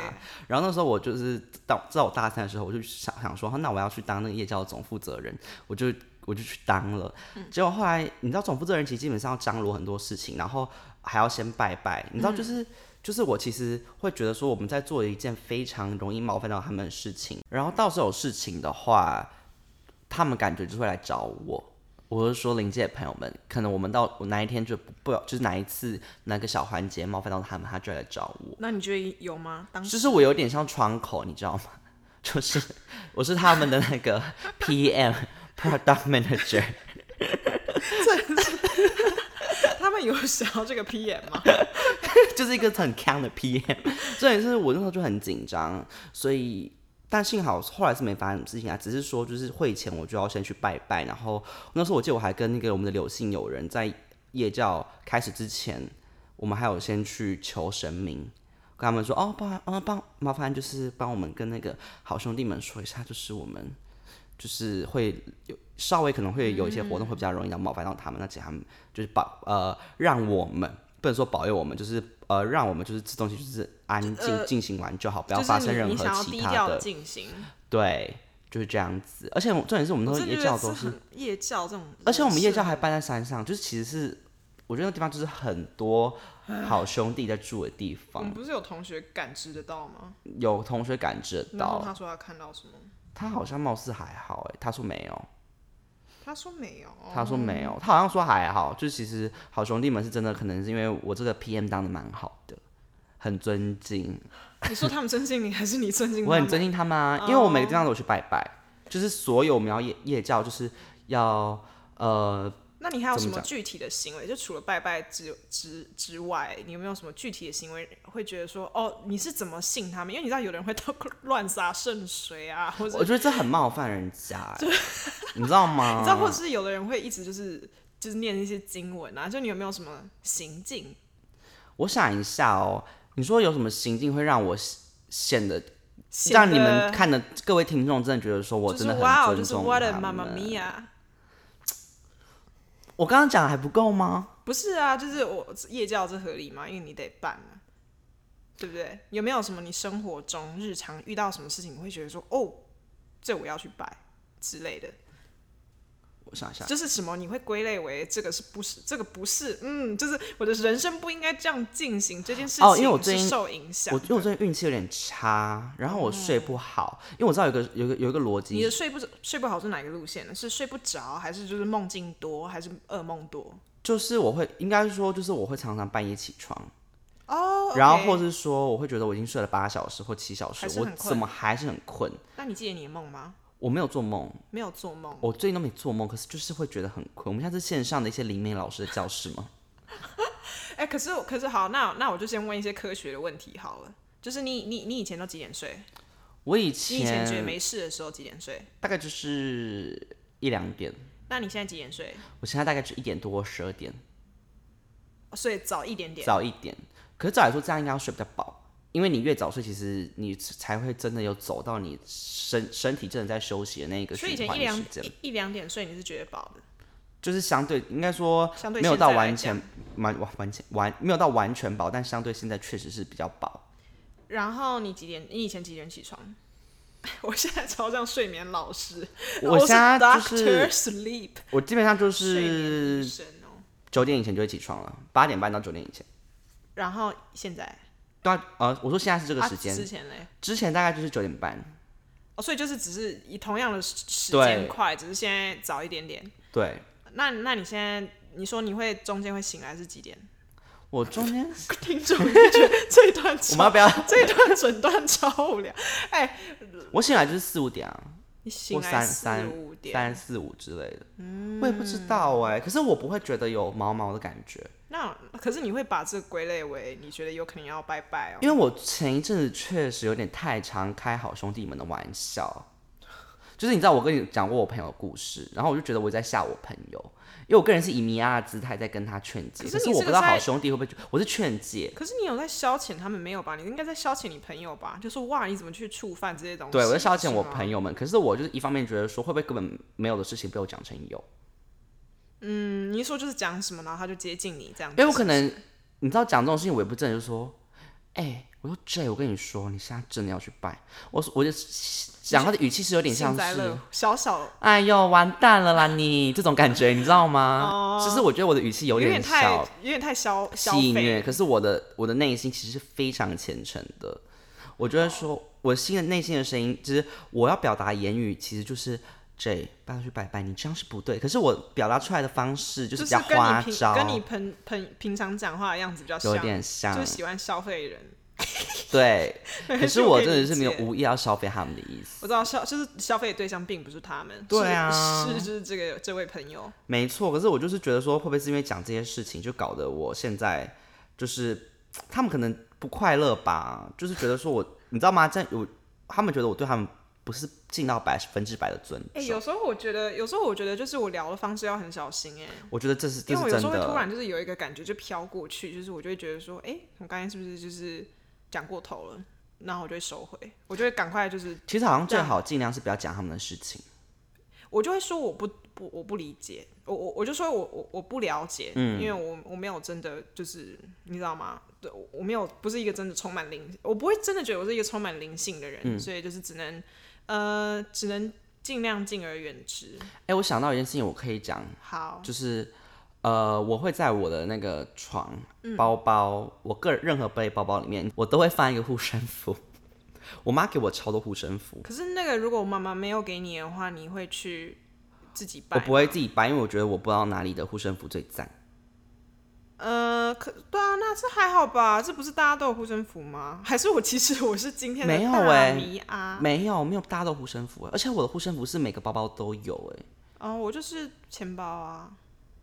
B: 然后那时候我就是到在我大三的时候，我就想想说，那我要去当那个夜教总负责人，我就我就去当了。
A: 嗯
B: 结果后来你知道，总负责人其实基本上要张罗很多事情，然后还要先拜拜。你知道，就是、就是我其实会觉得说，我们在做一件非常容易冒犯到他们的事情，然后到时候有事情的话，他们感觉就会来找我。我是说，临界的朋友们，可能我们到我哪一天就不不就是哪一次哪个小环节冒犯到他们，他就会来找我。
A: 那你觉得有吗？当时
B: 就是我有点像窗口，你知道吗？ 就是我是他们的那个 PM product manager，
A: 他们有想要这个 PM 吗？
B: 就是一个很强的 PM。所以是我那时候就很紧张，所以但幸好后来是没发生什么事情啊，只是说就是会前我就要先去拜拜，然后那时候我记得我还跟那个我们的柳姓友人在夜教开始之前，我们还有先去求神明，跟他们说哦，帮啊帮麻烦就是帮我们跟那个好兄弟们说一下，就是我们。就是会有稍微可能会有一些
A: 嗯
B: 活动会比较容易要冒犯到他们，那请他们就是保呃让我们不能说保佑我们，就是呃让我们就是这东西就是安静进行完就好，不要发
A: 呃就是
B: 生
A: 你
B: 任
A: 你
B: 何
A: 想要
B: 其
A: 低
B: 他
A: 调
B: 的。
A: 进行，
B: 对，就是这样子。而且我重点是我们那
A: 我
B: 时候
A: 真
B: 夜
A: 的觉
B: 教
A: 得
B: 都
A: 是
B: 是，
A: 很夜教这种，
B: 而且我们夜教
A: 这种
B: 还
A: 事
B: 办在山上，就是其实是我觉得那地方就是很多好兄弟在住的地
A: 我
B: 方
A: 们，不是有同学感知得到吗？
B: 有同学感知得
A: 然后
B: 到。
A: 他说他看到什么？
B: 他好像貌似还好，哎，他说没有。
A: 哦他说没有，
B: 他说没有，他好像说还好，就其实好兄弟们是真的，可能是因为我这个 PM 当的蛮好的，很尊敬，
A: 你说他们尊敬你，还是你尊敬他
B: 我
A: 们？哦
B: 很尊敬他们啊，因为我每个地方都有去拜拜，就是所有我们要夜夜教就是要呃，
A: 那你还有
B: 怎
A: 什么
B: 么讲
A: 具体的行为？就除了拜拜之之之外，你有没有什么具体的行为会觉得说，哦，你是怎么信他们？因为你知道有人会到 乱洒圣水啊，或者
B: 我觉得这很冒犯人家、欸，你知道吗？
A: 你知道，或者是有的人会一直就是就是念一些经文啊，就你有没有什么行径？
B: 我想一下哦，你说有什么行径会让我显显得
A: 显
B: 让你
A: 得
B: 们看的各位听众真的觉得说我
A: 就
B: 真
A: 是
B: 的
A: 哇哦，
B: 很
A: 就是
B: 尊重
A: what a
B: 他
A: mamma
B: 们？
A: mia！
B: 我刚刚讲的还不够吗？
A: 不是啊，就是我夜教这合理吗？因为你得办啊，对不对？有没有什么你生活中日常遇到什么事情，你会觉得说哦，这我要去拜之类的？
B: 我想一下，
A: 就是什么你会归类为这个是不是这个不是？嗯，就是我的人生不应该这样进行，这件事情
B: 哦因为我最
A: 是
B: 近
A: 受影响
B: 我
A: 的。
B: 因为我最近运气有点差，然后我睡不好，因为我知道有个有个有一个逻
A: 嗯你
B: 辑
A: 的，睡不着睡不好是哪个路线呢？是睡不着，还是就是梦境多，还是噩梦多？
B: 就是我会应该说就是我会常常半夜起床，
A: 哦、
B: 然后或是说我会觉得我已经睡了八小时或七小时
A: 还，是
B: 我
A: 很困
B: 怎么还是很困？
A: 那你记得你的梦吗？
B: 我没有做梦，
A: 没有做梦，
B: 我最近都没做梦，可是就是会觉得很困。我们现在是线上的一些灵媒老师的教室吗？
A: 哎、可是可是好，那那我就先问一些科学的问题好了。就是你你你以前都几点睡？
B: 我以
A: 你以前觉得
B: 前
A: 没事的时候几点睡？
B: 大概就是一两点，
A: 那你现在几点睡？
B: 我现在大概就一点多十二点，
A: 睡早一点点。
B: 早一点。可是照理说，这样应该要睡比较饱，因为你越早睡，其实你才会真的有走到你身身体真的在休息的那个
A: 所以以
B: 循
A: 前
B: 环
A: 一
B: 的
A: 两
B: 时间，
A: 一一两点睡你是觉得饱的，
B: 就是相对应该说
A: 相对
B: 没有
A: 现在
B: 到
A: 来
B: 完
A: 讲
B: 全完完完全完没有到完全饱，但相对现在确实是比较 饱。
A: 然后你几点？你以前几点起床？ 我现在超像睡眠老师，
B: 我现在就
A: Doctor
B: 是
A: Sleep
B: 我基本上就
A: 睡眠医
B: 是
A: 生哦。
B: 九点以前就会起床了，八点半到九点以前。
A: 然后现在
B: 对啊，呃，我说现在是这个时
A: 啊、
B: 间，
A: 之前嘞，
B: 之前大概就是九点半。
A: 哦，所以就是只是以同样的时时
B: 对
A: 间快，只是现在早一点点。
B: 对
A: 那那你现在你说你会中间会醒来是几点？
B: 我中间，
A: 听众就觉得这一段
B: 我们要
A: 超
B: 不要？
A: 这一段诊断超无聊。
B: 我醒来就是四五点啊。
A: 你醒
B: 或
A: 来
B: 三
A: 四
B: 三
A: 五点，嗯
B: 三四五之类的，我也不知道哎、可是我不会觉得有毛毛的感觉，
A: 那可是你会把这个归类为你觉得有可能要拜拜哦
B: 因。为我前一阵子确实有点太常开好兄弟们的玩笑，就是你知道我跟你讲过我朋友的故事，然后我就觉得我在吓我朋友，因为我个人是以米娅的姿态在跟他劝解，
A: 可
B: 可
A: 是
B: 是
A: 你
B: 我
A: 这个
B: 不知道
A: 在
B: 好兄弟会不会觉，我是劝解，
A: 可是你有在消遣他们没有吧？你应该在消遣你朋友吧？就说哇，你怎么去触犯这些东西？
B: 对我在消遣我
A: 是吗
B: 朋友们，可是我就是一方面觉得说会不会根本没有的事情被我讲成有，
A: 嗯，你一说就是讲什么，然后他就接近你这样
B: 因
A: 子。
B: 为我可能你知道讲这种事情，我也不正，就说，哎、我说 J，我跟你说，你现在真的要去拜。我说我就讲话的语气是有点像
A: 幸灾乐
B: 是，
A: 祸小小
B: 哎呦，完蛋了啦你这种感觉，你知道吗？其实我觉得我的语气有
A: 点太
B: 小
A: 哦有点太消消
B: 戏
A: 费。
B: 谑，可是我的我的内心其实是非常虔诚的。我就会
A: 哦
B: 说，我心的内心的声音，其实我要表达言语，其实就是。J，拜托去拜拜，你这样是不对。可是我表达出来的方式就
A: 就
B: 是比较
A: 是跟
B: 花
A: 你平
B: 招，
A: 跟你朋朋平常讲话的样子比较像
B: 有，点像，
A: 就是喜欢消费人。
B: 对，可是我真的是没有
A: 我可以理解
B: 无意要消费他们的意思。
A: 我知道消就是消费的对象并不是他们，
B: 对啊
A: 是是就是这个这位朋友，
B: 没错，可是我就是觉得说，会不会是因为讲这些事情，就搞得我现在就是他们可能不快乐吧？就是觉得说我，你知道吗？这样有他们觉得我对他们不是尽到百分之百的尊
A: 哎、
B: 重。
A: 有时候我觉得，有时候我觉得就是我聊的方式要很小心、哎，
B: 我觉得这是这
A: 因为我
B: 是
A: 有
B: 真
A: 时候会突
B: 的，
A: 然就是有一个感觉就飘过去，就是我就会觉得说，哎、我刚才是不是就是讲过头了？然后我就会收回，我就会赶快就是，
B: 其实好像最好尽量是不要讲他们的事情。
A: 我就会说我不不我不理解，我我我就说我我我不了解，嗯、因为我我没有真的就是你知道吗？对，我我没有不是一个真的充满灵，我不会真的觉得我是一个充满灵性的人，
B: 嗯
A: 所以就是只能呃只能尽量敬而远之。
B: 哎、我想到一件事情，我可以讲，
A: 好，
B: 就是呃，我会在我的那个床、
A: 嗯
B: 包包，我个人任何背包包里面，我都会放一个护身符。 我妈给我超多护身符，
A: 可是那个，如果我妈妈没有给你的话，你会去自己拜
B: 我
A: 吗？
B: 不会自己掰，因为我觉得我不知道哪里的护身符最赞。
A: 呃，可对啊，那这还好吧？这不是大家都有护身符吗？还是我其实我是今天的
B: 没有
A: 大
B: 欸
A: 迷啊？
B: 没有，没有搭到护身符欸，而且我的护身符是每个包包都有，哎，
A: 哦，我就是钱包啊，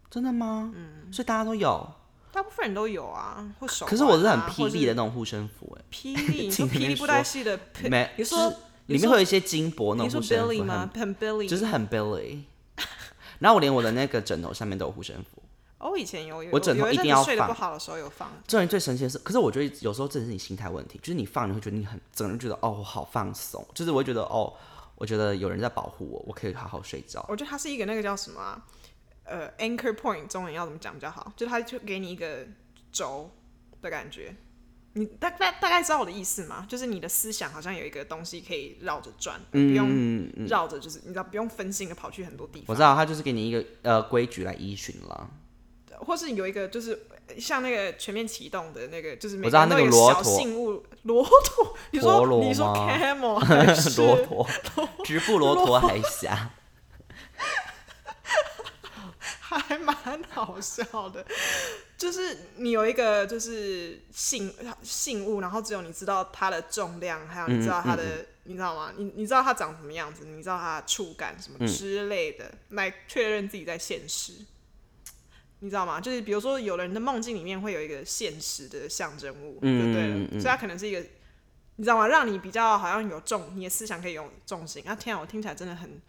B: 真的吗？嗯，所以大家都有。
A: 大部分人都有啊，或手、啊。
B: 可是我是很
A: 或
B: 霹雳的那种护身符，
A: 霹雳，你说
B: 请
A: 霹
B: 你
A: 雳
B: 们
A: 布袋戏的霹，
B: 哎，没，
A: 你说
B: 就是里面会有一些金箔那
A: 你说
B: 种护身
A: Billy
B: 符，
A: 吗？很 Billy，
B: 很就是很 Billy。然后我连我的那个枕头上面都有护身符。
A: 哦，我以前有有，
B: 我枕头
A: 有一
B: 一
A: 阵
B: 定
A: 子
B: 要
A: 睡得不
B: 放
A: 好的时候有放。
B: 这人最神奇的是，可是我觉得有时候真的是你心态问题，就是你放你会觉得你很，整个人觉得哦，我好放松，就是我会觉得哦，我觉得有人在保护我，我可以好好睡觉。
A: 我觉得它是一个那个叫什么、啊，呃，anchor point，中文要怎么讲比较好？就它就给你一个轴的感觉。你大大大概知道我的意思吗？就是你的思想好像有一个东西可以绕着转，不用
B: 嗯，
A: 绕着，就是你知道不用分心的跑去很多地
B: 我
A: 方
B: 知，道，他就是给你一个呃规矩来依循 了。
A: 或是有一个就是呃像那个全面启动的那个，就是每
B: 我知道
A: 个人都
B: 那
A: 有
B: 个
A: 一
B: 骆
A: 小
B: 驼
A: 信物骆驼， 你说
B: 陀螺
A: 你说
B: 吗
A: camel 还是
B: 骆驼，直布罗陀海峡，
A: 还蛮好笑的，就是你有一个就是信信物，然后只有你知道它的重量，还有你知道
B: 嗯
A: 它的，你知道吗？你你知道它长什么样子，你知道它的触感什么
B: 嗯
A: 之类的，来确认自己在现实。你知道吗？就是比如说，有人的梦境里面会有一个现实的象征物，对不对了？
B: 嗯嗯
A: 所
B: 嗯
A: 以它可能是一个，你知道吗？让你比较好像有重，你的思想可以有重心。啊，天啊，我听起来真的很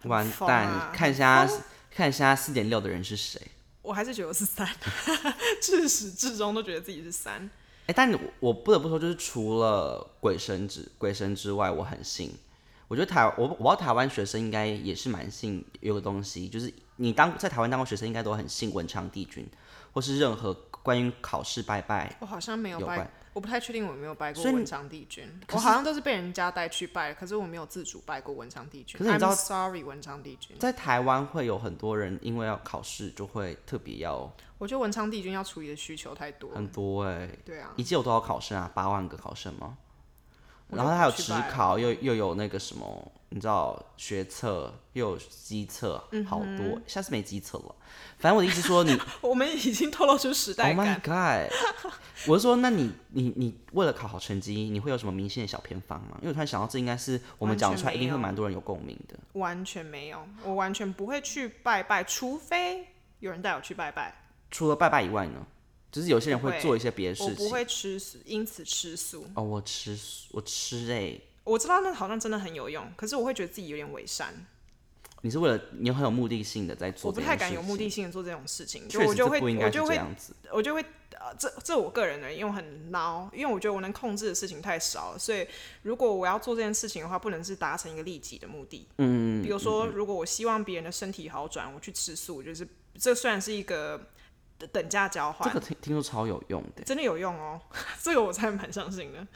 A: 很
B: 完
A: 疯
B: 蛋！
A: 啊
B: 看一下，看一下四点六的人是谁？
A: 我还是觉得我是三， 至始至终都觉得自己是三。
B: 哎、但我我不得不说，就是除了鬼神之鬼神之外，我很信。我觉得台我我不知道台湾学生应该也是蛮信有个东西，就是你当在台湾当过学生，应该都很信文昌帝君，或是任何关于考试拜拜
A: 我好像没有
B: 有
A: 拜
B: 拜，
A: 我不太确定我有没有拜过
B: 所以你
A: 文昌帝君。
B: 可
A: 我
B: 是
A: 好像都是被人家带去拜，可是我没有自主拜过文昌帝君。
B: 可是你知
A: I'm
B: 道
A: sorry，文昌帝君，
B: 在台湾会有很多人因为要考试，就会特别要
A: 我觉得文昌帝君要处理的需求太多。
B: 很多哎、
A: 对啊，
B: 一届有多少考生啊？八万个考生吗？
A: 我
B: 然后
A: 就
B: 他有
A: 不去
B: 职
A: 拜了
B: 考，又又有那个什么，你知道学测，又有机测，
A: 嗯
B: 好多。下次没机测了。反正我的意 思说你，Oh
A: 我们已经透露出时代
B: my
A: 感。
B: God！我是说，那你你你为了考好成绩，你会有什么明显的小偏方吗？因为我突然想到，这应该是我
A: 完
B: 们讲
A: 全
B: 出来，一
A: 没
B: 定会
A: 有
B: 蛮多人有共鸣的。
A: 完全没有，我完全不会去拜拜，除非有人带我去拜拜。
B: 除了拜拜以外呢，就是有些人
A: 不
B: 会
A: 会
B: 做一些别的
A: 我
B: 事
A: 不
B: 情。
A: 会吃素，因此吃素。
B: 哦，我吃素我吃哎、
A: 我知道那好像真的很有用，可是我会觉得自己有点伪善。
B: 你是为了你很有目的性的在做
A: 我不
B: 这件事情，
A: 太敢有目的性的做这种事情，就
B: 确
A: 我
B: 实
A: 就
B: 这
A: 会
B: 不应
A: 我
B: 该是
A: 就
B: 这
A: 会
B: 样子。
A: 我就会呃，这这我个人而已，因为我很孬，因为我觉得我能控制的事情太少了，所以如果我要做这件事情的话，不能是达成一个利己的目的。嗯，比如说，如果我希望别人的身体好转，我去吃素，就是这虽然是一个等等价交换
B: 这，个听听说超有用的。
A: 真的有用哦， 这个我才蛮相信的，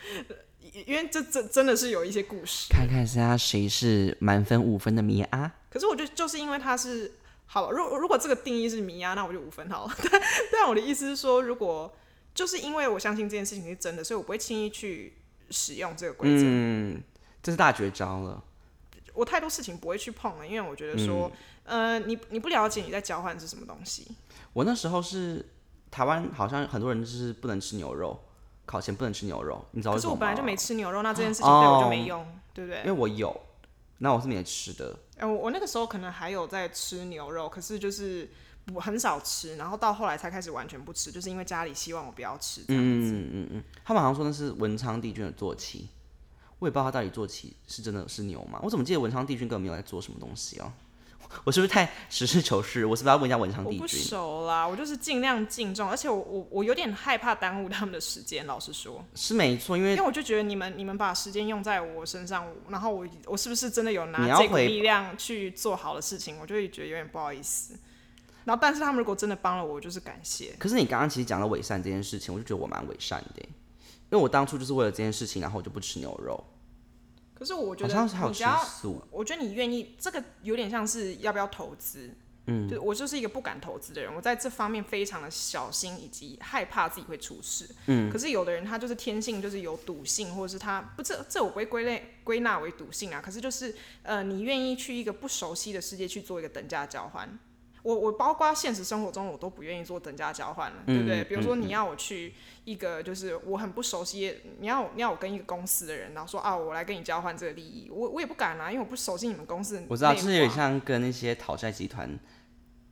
A: 因因为这这真的是有一些故事。
B: 看看现在谁是满分五分的米啊？
A: 可是我觉得就是因为它是好，如如果这个定义是迷啊，那我就五分好了。 但但我的意思是说，如果就是因为我相信这件事情是真的，所以我不会轻易去使用这个规则。
B: 嗯，这是大绝招了。
A: 我太多事情不会去碰了，因为我觉得说，呃，你你不了解你在交换是什么东西。
B: 我那时候是台湾，好像很多人就是不能吃牛肉，考前不能吃牛肉，你知道
A: 可
B: 为
A: 是
B: 什么
A: 我
B: 吗？
A: 本来就没吃牛肉，那这件事情对我就没用，对不对？
B: 因为我有，那我是没吃的。
A: 哎、我我那个时候可能还有在吃牛肉，可是就是不很少吃，然后到后来才开始完全不吃，就是因为家里希望我不要吃这样
B: 嗯
A: 子。
B: 他们好像说那是文昌帝君的坐骑，我也不知道他到底坐骑是真的是牛吗？我怎么记得文昌帝君根本没有在做什么东西啊？ 我是不是太实事求是？我是不是要问一下文昌
A: 我
B: 帝
A: 不
B: 君？
A: 熟啦，我就是尽量敬重，而且我我我有点害怕耽误他们的时间，老实说，
B: 是没错，因
A: 因
B: 为
A: 为我就觉得你们你们把时间用在我身上，然后我我是不是真的有拿
B: 你要
A: 这股
B: 回
A: 力量去做好的事情，我就会觉得有点不好意思。然后，但是他们如果真的帮了我，我就是感谢。
B: 可是你刚刚其实讲到伪善这件事情，我就觉得我蛮伪善的欸，因为我当初就是为了这件事情，然后我就不吃牛肉，
A: 可是我觉
B: 好
A: 得
B: 像是还有
A: 你只
B: 吃
A: 要
B: 素。
A: 我觉得你愿意，这个有点像是要不要投资。嗯，就我就是一个不敢投资的人，我在这方面非常的小心，以及害怕自己会出事。嗯，可是有的人他就是天性就是有赌性，或者是他不这这我不会归类归纳为赌性啊。可是就是呃，你愿意去一个不熟悉的世界去做一个等价交换。我我包括现实生活中我都不愿意做等价交换了，对不
B: 嗯
A: 对？比如说你要我去一个就是我很不熟悉，你要你要我跟一个公司的人，然后说啊我来跟你交换这个利益，我我也不敢啊，因为我不熟悉你们公司的内幕啊。
B: 我知道，就是有点像跟那些讨债集团，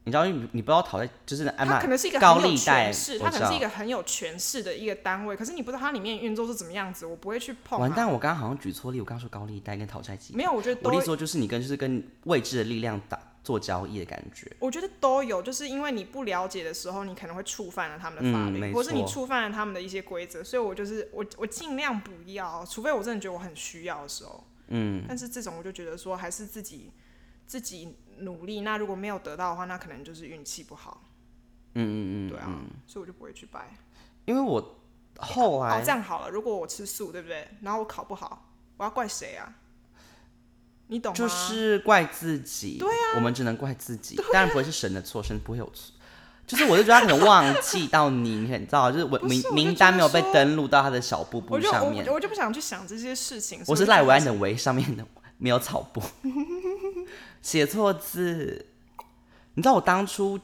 B: 你知道，你你不知道讨债就是安
A: 他
B: 排
A: 可能是一个
B: 高
A: 很有
B: 利贷
A: 权势，
B: 我
A: 他可
B: 知
A: 能是
B: 道
A: 一个很有权势的一个单位，可是你不知道它里面运作是怎么样子，我不会去碰、啊。
B: 完蛋，我刚刚好像举错例，我刚刚说高利贷跟讨债集团。
A: 没有，我觉得
B: 我
A: 都
B: 的意思说就是你跟就是跟未知的力量打做交易的感觉。
A: 我觉得都有，就是因为你不了解的时候，你可能会触犯了他们的法
B: 嗯
A: 律，
B: 没
A: 或是你
B: 错
A: 触犯了他们的一些规则，所以我就是我我尽量不要，除非我真的觉得我很需要的时候。嗯，但是这种我就觉得说还是自己自己努力，那如果没有得到的话，那可能就是运气不好。嗯嗯嗯，对啊，所以我就不会去掰。
B: 因为我后
A: 哦，
B: 来
A: 这样好了，如果我吃素，对不对？然后我考不好，我要怪谁啊？你懂吗？
B: 就是怪自己，对啊，我们只能怪自己，
A: 啊
B: 当然不会是神的错，神不会有错。就是我就觉得他可能忘记到你，你知道，就是我
A: 不是
B: 名
A: 我就
B: 名单
A: 觉得
B: 没有被
A: 说
B: 登录到他的小布布
A: 我就
B: 上
A: 我
B: 面
A: 不。我就不想去想这些事情。
B: 我
A: 所以
B: 是
A: 就
B: 赖维
A: 还
B: 安的维上面的没有草 布，写错字。你知道我当初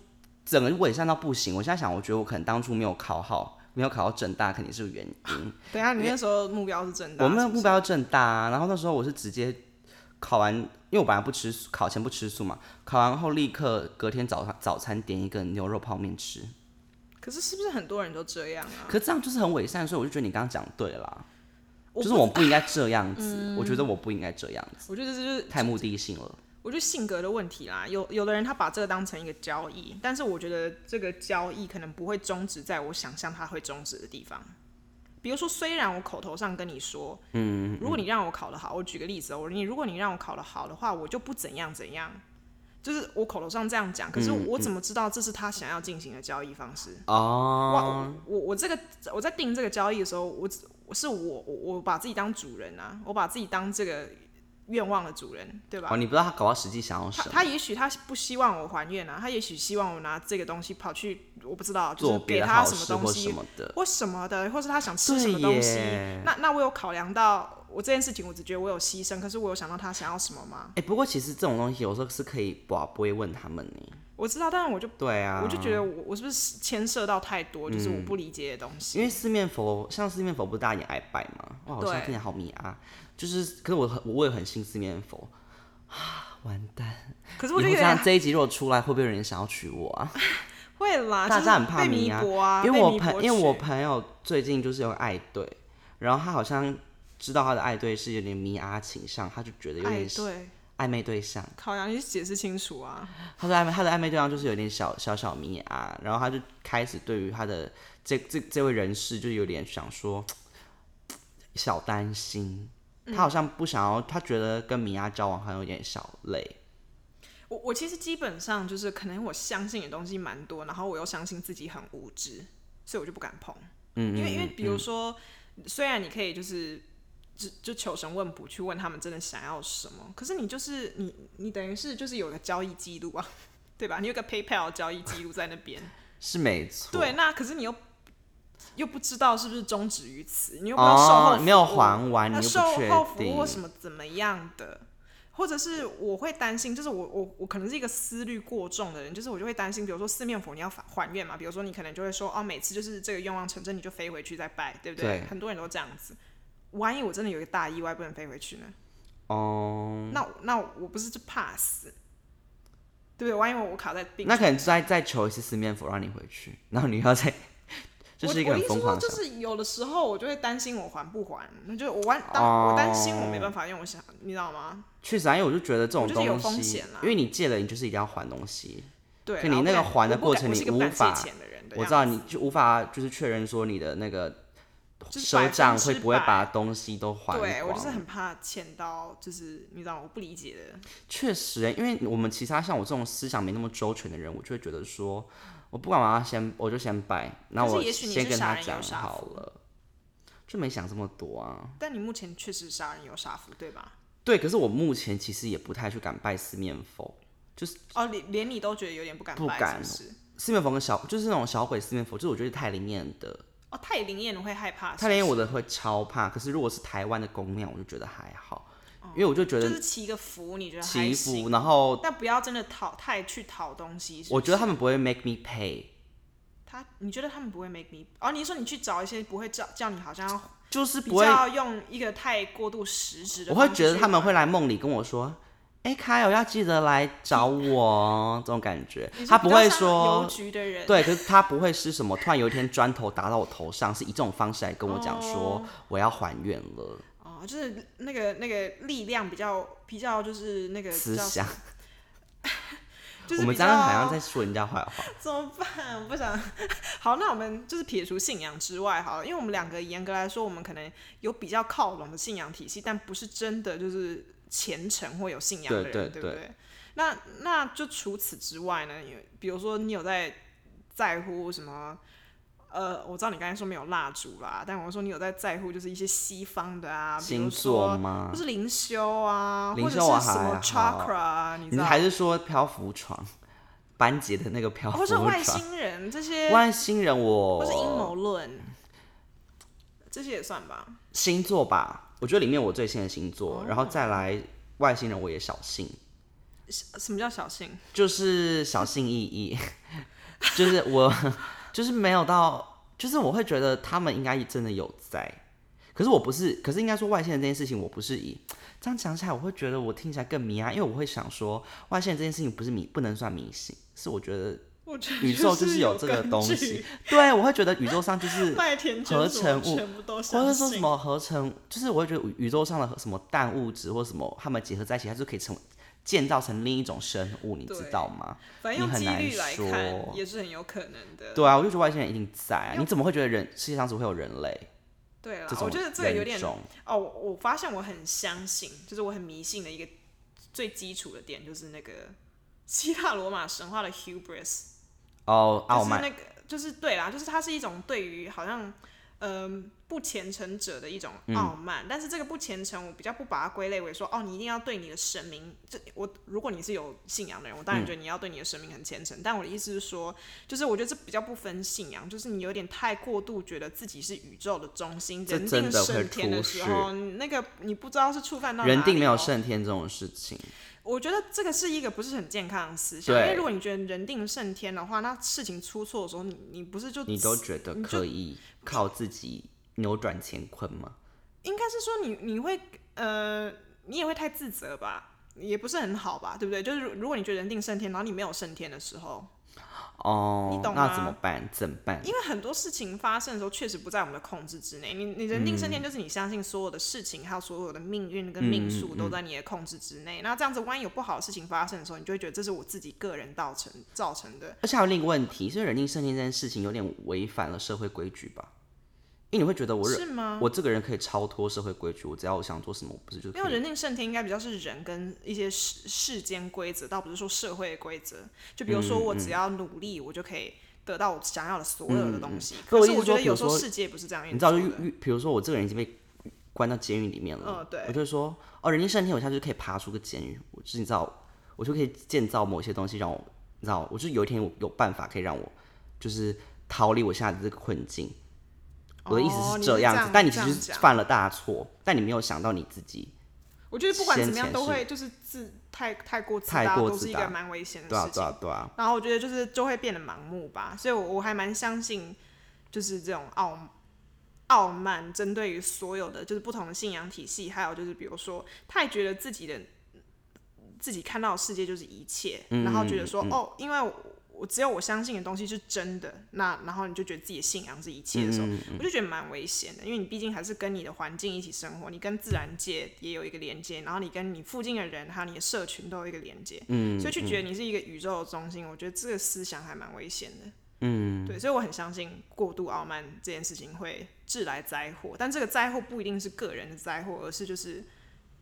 B: 整个伪善到不行，我现在想，我觉得我可能当初没有考好，没有考到正大，肯定是有原因。
A: 等一下，啊你那时候目标是真的、
B: 我们的
A: 是不
B: 目
A: 是
B: 标正大、啊，然后那时候我是直接考完，因为我本来不吃素，考前不吃素嘛，考完后立刻隔天早上早餐点一个牛肉泡面吃。
A: 可是是不是很多人都这样啊？
B: 可这样就是很伪善，所以我就觉得你刚刚讲对了啦，
A: 我
B: 就是我不应该这样子，
A: 嗯
B: 我觉得我不应该这样子，
A: 我觉得这就是，
B: 太目的性了。
A: 我觉得性格的问题啦。有有的人他把这个当成一个交易，但是我觉得这个交易可能不会终止在我想象它会终止的地方。比如说，虽然我口头上跟你说，嗯，如果你让我考得好，我举个例子哦，我你如果你让我考得好的话，我就不怎样怎样，就是我口头上这样讲，可是我怎么知道这是他想要进行的交易方式？嗯哇，我我我这个我在定这个交易的时候，我只我是我我我把自己当主人啊，我把自己当这个愿望的主人，对吧
B: 哦，？你不知道他搞到实际想要
A: 他
B: 什么，
A: 他也许他不希望我还愿啊，他也许希望我拿这个东西跑去，我不知道，就
B: 做
A: 是
B: 别
A: 给
B: 的
A: 他
B: 好
A: 什么
B: 事
A: 东
B: 或什
A: 西
B: 么的。
A: 或什么的，或是他想吃
B: 对
A: 什么东西
B: 耶。
A: 那那我有考量到我这件事情，我只觉得我有牺牲，可是我有想到他想要什么吗？
B: 哎、不过其实这种东西有时候是可以把不会问他们呢。
A: 我知道，但是我就
B: 对啊，嗯
A: 我就觉得我我是不是牵涉到太多，就是我不理解的东西。
B: 因为四面佛，像四面佛不是大家也爱拜吗？哇，我现在
A: 对
B: 听起来好迷啊！就是，可是我很我也很信四面佛啊，完蛋！
A: 可
B: 以
A: 是
B: 后
A: 我就有
B: 这
A: 点
B: 样这一集如果出来，会不会有人想要娶我啊？
A: 会啦，
B: 大
A: 就是
B: 家很怕
A: 被
B: 迷
A: 迷
B: 啊
A: 惑啊，
B: 因为
A: 被
B: 我
A: 迷
B: 朋
A: 惑
B: 因为我
A: 去
B: 朋友最近就是有爱队，然后他好像知道他的爱队是有点迷啊倾向，他就觉得有
A: 哎
B: 点
A: 对，
B: 暧昧对象。
A: 考阳，你解释清楚啊。
B: 他的暧昧，他的暧昧对象就是有点小小小迷啊，然后他就开始对于他的这这这位人士就有点想说小担心，
A: 嗯
B: 他好像不想要，他觉得跟米娅交往好像有点小累，
A: 我我其实基本上就是可能我相信的东西蛮多，然后我又相信自己很无知，所以我就不敢碰。嗯，因为因为比如说，虽然你可以就是就就求神问卜去问他们真的想要什么，可是你就是你你等于是就是有个交易记录啊，对吧？你有个 PayPal 交易记录在那 边，
B: 是没错。
A: 对，那可是你又。又不知道是不是终止于此，你又不知道售后
B: 哦，
A: 服
B: 没有
A: 务
B: 还完，你
A: 那
B: 又
A: 售
B: 不
A: 后
B: 确
A: 服务
B: 定。
A: 什么怎么样的，或者是我会担心，就是我我我可能是一个思虑过重的人，就是我就会担心，比如说四面佛你要还还愿嘛，比如说你可能就会说哦，每次就是这个愿望成真，你就飞回去再拜，对不对？
B: 对
A: 很多人都这样子。万一我真的有一个大意外不能飞回去呢？
B: 哦、
A: 那那我不是就怕死，对不对？万一我我卡在病
B: 那可能再再求一次四面佛让你回去，然后你 要再，这
A: 我
B: 是一个
A: 我
B: 很
A: 意思
B: 疯
A: 说，
B: 狂的
A: 就
B: 想法。
A: 是有的时候我就会担心我还不还，那就我完当、我担心我没
B: 哦
A: 办法用，我想你知道吗？
B: 确实啊，因为我就觉得这种
A: 我就是有
B: 东
A: 风
B: 西
A: 险啦，
B: 因为你借了，你就是一定要还东西。
A: 对，
B: 就你那个还的过程你
A: 我是一
B: 无法
A: 个不敢借钱的人的
B: 我
A: 样
B: 知
A: 子
B: 道你就无法就是确认说你的那个
A: 就是
B: 赊账会不会
A: 百
B: 把东西都还光。
A: 对我就是很怕欠到，就是你知道我不理解的，
B: 确实欸，因为我们其他像我这种思想没那么周全的人，我就会觉得说，我不管我要先，我就先掰，那
A: 可是
B: 我
A: 也许你
B: 先
A: 是
B: 跟
A: 傻
B: 他
A: 人有
B: 讲
A: 傻
B: 好
A: 福
B: 了，就没想这么多啊。
A: 但你目前确实杀人有杀福，对吧？
B: 对，可是我目前其实也不太去敢拜四面佛，
A: 哦，连连你都觉得有点不敢
B: 不
A: 拜
B: 敢哦
A: 是不是？
B: 四面佛跟小就是那种小鬼四面佛，就是我觉得太灵验的，
A: 哦，太灵验了会害怕，
B: 太灵验
A: 啊是
B: 我
A: 不是
B: 的会超怕。可是如果是台湾的宫庙，我就觉得还好，因为我就觉
A: 哦就
B: 得
A: 是祈个福，你觉得还
B: 祈
A: 行，
B: 福，然后
A: 但不要真的讨太去讨东西。是不
B: 我觉得
A: 是
B: 他们不会 make me pay，
A: 他，你觉得他们不会 make me？哦，你说你去找一些不会叫叫你好像要
B: 就是
A: 比
B: 不会
A: 较用一个太过度实质的
B: 我
A: 方式去，
B: 会觉得他们会来梦里跟我说：“哎、卡友要记得来找我哦。”这种感觉
A: 你，是
B: 他
A: 比
B: 不
A: 较
B: 会
A: 像
B: 说
A: 邮局的人，
B: 对，可是他不会是什么突然有一天砖头打到我头上，是以这种方式来跟我讲说我要还愿了，
A: 哦，就是那个那个力量比较比较就是那个
B: 思
A: 叫
B: 想。
A: 就是
B: 我们
A: 比
B: 这样好像
A: 较
B: 在说人家坏话。
A: 怎么办？我不想。好，那我们就是撇除信仰之外，好了，因为我们两个严格来说，我们可能有比较靠拢的信仰体系，但不是真的就是虔诚或有信仰的人，
B: 对对
A: 不对？那那就除此之外呢？因为比如说你有在在乎什么？呃，我知道你刚才说没有蜡烛啦，但我说你有在在乎就是一些西方的啊，比
B: 星
A: 如
B: 座
A: 说
B: 吗
A: 或？是灵修啊，
B: 灵
A: 或者
B: 修我
A: 是什么
B: 还好
A: chakra 啊，你知
B: 你
A: 道？
B: 还是说漂浮床？班杰的那个漂
A: 或
B: 浮
A: 哦是
B: 床
A: 外，星人这些
B: 外星人我
A: 或是阴谋论，这些也算吧。
B: 星座吧，我觉得里面我最信的星座，然后再来外星人我也小信。
A: 什么叫小信？
B: 就是小心翼翼， 就是我 就是没有到，就是我会觉得他们应该真的有在，可是我不是，可是应该说外星人这件事情，我不是以这样讲起来，我会觉得我听起来更迷啊，因为我会想说外星人这件事情不是迷，不能算迷信，是我觉得
A: 我觉得
B: 宇宙就是是
A: 有
B: 有这个
A: 根
B: 东
A: 据
B: 西，，对我会觉得宇宙上就是
A: 麦田圈
B: 合
A: 什么
B: 成物
A: 全部都
B: 或者
A: 相
B: 说什
A: 信。
B: 么合成，就是我会觉得宇宇宙上的什么氮物质或什么，它们结合在一起，它就可以成建造成另一种生物，你知
A: 对
B: 道吗？
A: 反正用
B: 你很
A: 几
B: 难
A: 率来看
B: 说
A: 也是很有可能的。
B: 对啊，我就觉得外星人一定在啊！
A: 因为
B: 你怎么会觉得人世界上只会有人类
A: 对啦
B: 这，种
A: 我觉得这个有点
B: 人种
A: 哦，我我发现我很相信，就是我很迷信的一个最基础的点，就是那个希腊罗马神话的 hubris。
B: 哦，傲
A: 就是
B: 慢
A: 那个，就是对啦，就是它是一种对于好像嗯、不虔诚者的一种
B: 嗯
A: 傲慢，但是这个不虔诚，我比较不把它归类为说哦，你一定要对你的神明，这我如果你是有信仰的人，我
B: 嗯
A: 当然觉得你要对你的神明很虔诚，但我的意思是说，就是我觉得这比较不分信仰，就是你有点太过度觉得自己是宇宙的中心，
B: 这
A: 人
B: 真
A: 定
B: 的会
A: 胜天的
B: 出
A: 时
B: 事
A: 候，你那个你不知道是触犯到
B: 人
A: 哪
B: 定
A: 里
B: 没有
A: 哦
B: 胜天这种事情，
A: 我觉得这个是一个不是很健康的思想，因
B: 对
A: 为如果你觉得人定胜天的话，那事情出错的时候，你你不是就
B: 你都觉得
A: 你就
B: 可以靠自己扭转乾坤吗？
A: 应该是说你你会呃，你也会太自责吧，也不是很好吧，对不对？就是如如果你觉得人定胜天，然后你没有胜天的时候，
B: 哦
A: 你，懂
B: 那
A: 吗
B: 怎么办？怎么办？
A: 因为很多事情发生的时候确实不在我们的控制之内。你你人定胜
B: 嗯
A: 天，就是你相信所有的事情，还有所有的命运跟命数都在你的控制之
B: 嗯
A: 内。那这样子，万一有不好的事情发生的时候，你就会觉得这是我自己个人造成造成的。
B: 而且还有另一个问题，所以人定胜天这件事情有点违反了社会规矩吧？因为你会觉得我人
A: 是吗？
B: 我这个人可以超脱社会规矩，我只要我想做什么，我不是就可
A: 因为
B: 以？
A: 人定胜天应该比较是人跟一些世世间规则，倒不是说社会的规则。就比如
B: 嗯
A: 说，我只要努力，我就可以得到我想要的所有的东西。可
B: 不嗯我
A: 是
B: 意思
A: 我觉
B: 说
A: 得
B: 比如
A: 有时候
B: 说
A: 世界不是这样
B: 你
A: 运
B: 知道
A: 作
B: 就
A: 的。
B: 遇遇，比如说我这个人已经被关到监狱里面了，
A: 嗯对
B: 我就说哦，人定胜天，我下次就可以爬出个监狱，我就是你知道，我就可以建造某些东西，让我你知道，我就是有一天我有办法可以让我就是逃离我现在的这个困境。我的意思
A: 哦
B: 是
A: 你
B: 这
A: 是
B: 样
A: 这
B: 子，
A: 样
B: 但你
A: 这
B: 其
A: 样
B: 实
A: 讲
B: 犯了大错，但你没有想到你自己。
A: 我我觉得不管怎么样
B: 先前
A: 都
B: 是
A: 会就是自太太过自
B: 太
A: 大，
B: 过
A: 都
B: 自
A: 是一
B: 大
A: 个蛮危险的
B: 对啊
A: 事，
B: 对
A: 情。
B: 啊，对啊，
A: 然后我觉得就是就会变得盲目吧，所以我我还蛮相信就是这种傲傲慢，针对于所有的就是不同的信仰体系，还有就是比如说太觉得自己的自己看到的世界就是一切，然后觉得说、哦，因为我。我只有我相信的东西是真的，那然后你就觉得自己的信仰是一切的时候，我就觉得蛮危险的，因为你毕竟还是跟你的环境一起生活，你跟自然界也有一个连接，然后你跟你附近的人还有你的社群都有一个连接，
B: 嗯
A: 所以去觉得你是一个宇宙的中心，我觉得这个思想还蛮危险的。嗯，对，所以我很相信过度傲慢这件事情会致来灾祸，但这个灾祸不一定是个人的灾祸，而是就是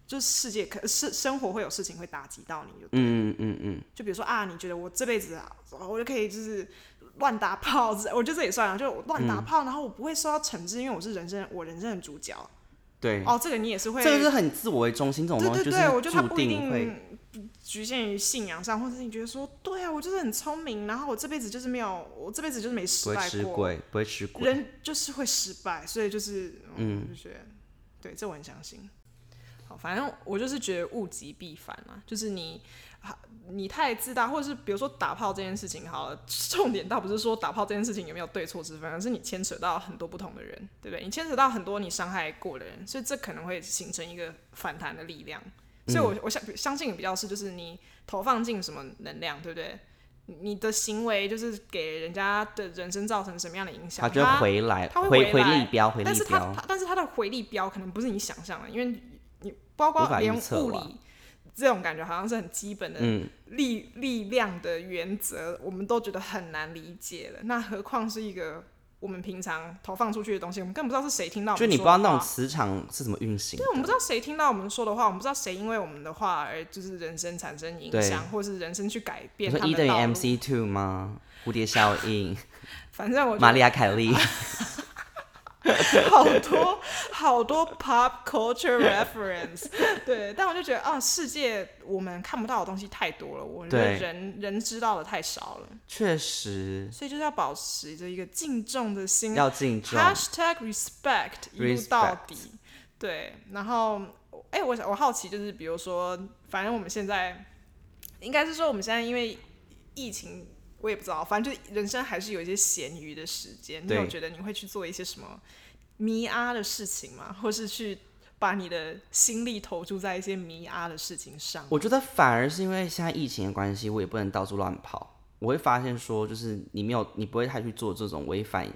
A: 就是世界可是生活会有事情会打击到你就对了
B: 嗯嗯嗯
A: 就比如说啊，你觉得我这辈子啊，我就可以就是乱打炮之，我觉得这也算啊，就我乱
B: 嗯
A: 打炮，然后我不会受到惩治，因为我是人生我人生的主角。
B: 对，
A: 哦，这个你也是会
B: 嗯这个是很自我为中心这种
A: 对
B: 东西，
A: 对对，我觉
B: 就是
A: 得他
B: 注
A: 不一
B: 定会
A: 定局限于信仰上，或者是你觉得说，对啊，我就是很聪明，然后我这辈子就是没有，我这辈子就是没
B: 不
A: 失
B: 会
A: 败
B: 吃
A: 过，
B: 亏，不会吃亏。
A: 人就是会失败，所以就是，嗯，我就觉得，对，这我很相信。好，反正我就是觉得物极必反嘛，就是你。啊你太自大，或者是比如说打炮这件事情，好了， 重点倒不是说打炮这件事情有没有对错之分，而是你牵扯到很多不同的人，对不对？你牵扯到很多你伤害过的人，所以这可能会形成一个反弹的力量。所以
B: 嗯
A: 我，我相相信比较是，就是你投放进什么能量，对不对？你你的行为就是给人家的人生造成什么样的影响？
B: 他就会回来，
A: 他会
B: 回
A: 回来
B: 立标，回
A: 但
B: 立
A: 是它
B: 标。
A: 它但是它的回力标可能不是你想象的，因为你你包括
B: 无法预
A: 连
B: 测
A: 物
B: 吧
A: 理这种感觉好像是很基本的
B: 嗯，
A: 力力量的原则，我们都觉得很难理解了，那何况是一个我们平常投放出去的东西，我们更不知道是谁听到我
B: 就
A: 们
B: 你不
A: 说
B: 知道
A: 的
B: 那种
A: 话
B: 磁场是怎么运行的
A: 对，我。们不知道谁听到我们说的话，我们不知道谁因为我们的话而就是人生产生影
B: 对
A: 响，或是人生去改
B: 你
A: 变
B: 说
A: 他
B: 一
A: 们的
B: 等于
A: 道路。
B: MC two 吗？蝴蝶效应，
A: 反正 我觉
B: 玛
A: 得
B: 丽亚凯莉，
A: 好多好多 pop culture reference，对， 但我就觉得啊，世界我们看不到的东西太多了，我觉得
B: 对
A: 人人知道的太少了，
B: 确实
A: 所以就是要保持着一个敬重的心
B: 要敬重。
A: ，hashtag respect 一路
B: Respect
A: 到底，对，然后哎、我想我好奇就是比如说，反正我们现在应该是说我们现在因为疫情。我也不知道，反正就人生还是有一些闲余的时间。你
B: 对
A: 有觉得你会去做一些什么迷啊的事情嘛，或是去把你的心力投注在一些迷啊的事情上。
B: 我觉得反而是因为现在疫情的关系，我也不能到处乱跑。我会发现说，就是你没有，你不会太去做这种违反，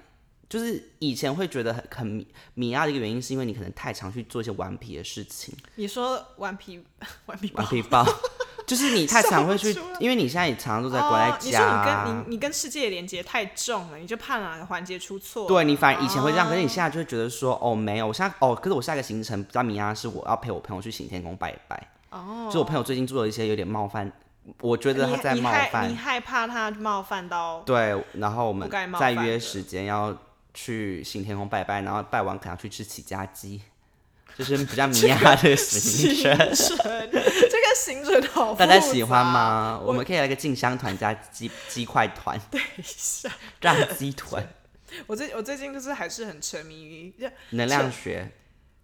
B: 就是以前会觉得很很迷迷啊的一个原因，是因为你可能太常去做一些顽皮的事情。
A: 你说顽皮 顽皮包
B: 顽皮豹， 就是你太常会去
A: 哦笑不出来，
B: 因为你现在也常常都在关在
A: 哦、你
B: 家
A: 说你
B: 啊、
A: 跟你你跟世界的连接太重了，你就怕哪个环节出错。
B: 对你反而以前会这样，
A: 哦
B: 可是你现在就会觉得说，哦，没有，我现在哦，可是我下一个行程比较迷啊，是我要陪我朋友去行天宫拜一拜。哦，就我朋友最近做了一些有点冒犯，我觉得他在
A: 你你
B: 冒
A: 害你
B: 犯。
A: 害怕他冒犯到
B: 对，然后我们
A: 不该冒
B: 再
A: 犯
B: 约
A: 的
B: 时间要去行天宫拜拜，然后拜完可能要去吃起家鸡，就是比较迷啊的行
A: 行
B: 程。
A: 程， 这个行程好复
B: 大
A: 杂。
B: 家喜欢？吗？我们可以来个进香团加鸡鸡块团，对，
A: 啊
B: 炸鸡团，
A: 我最我最近就是还是很沉迷于
B: 能量学，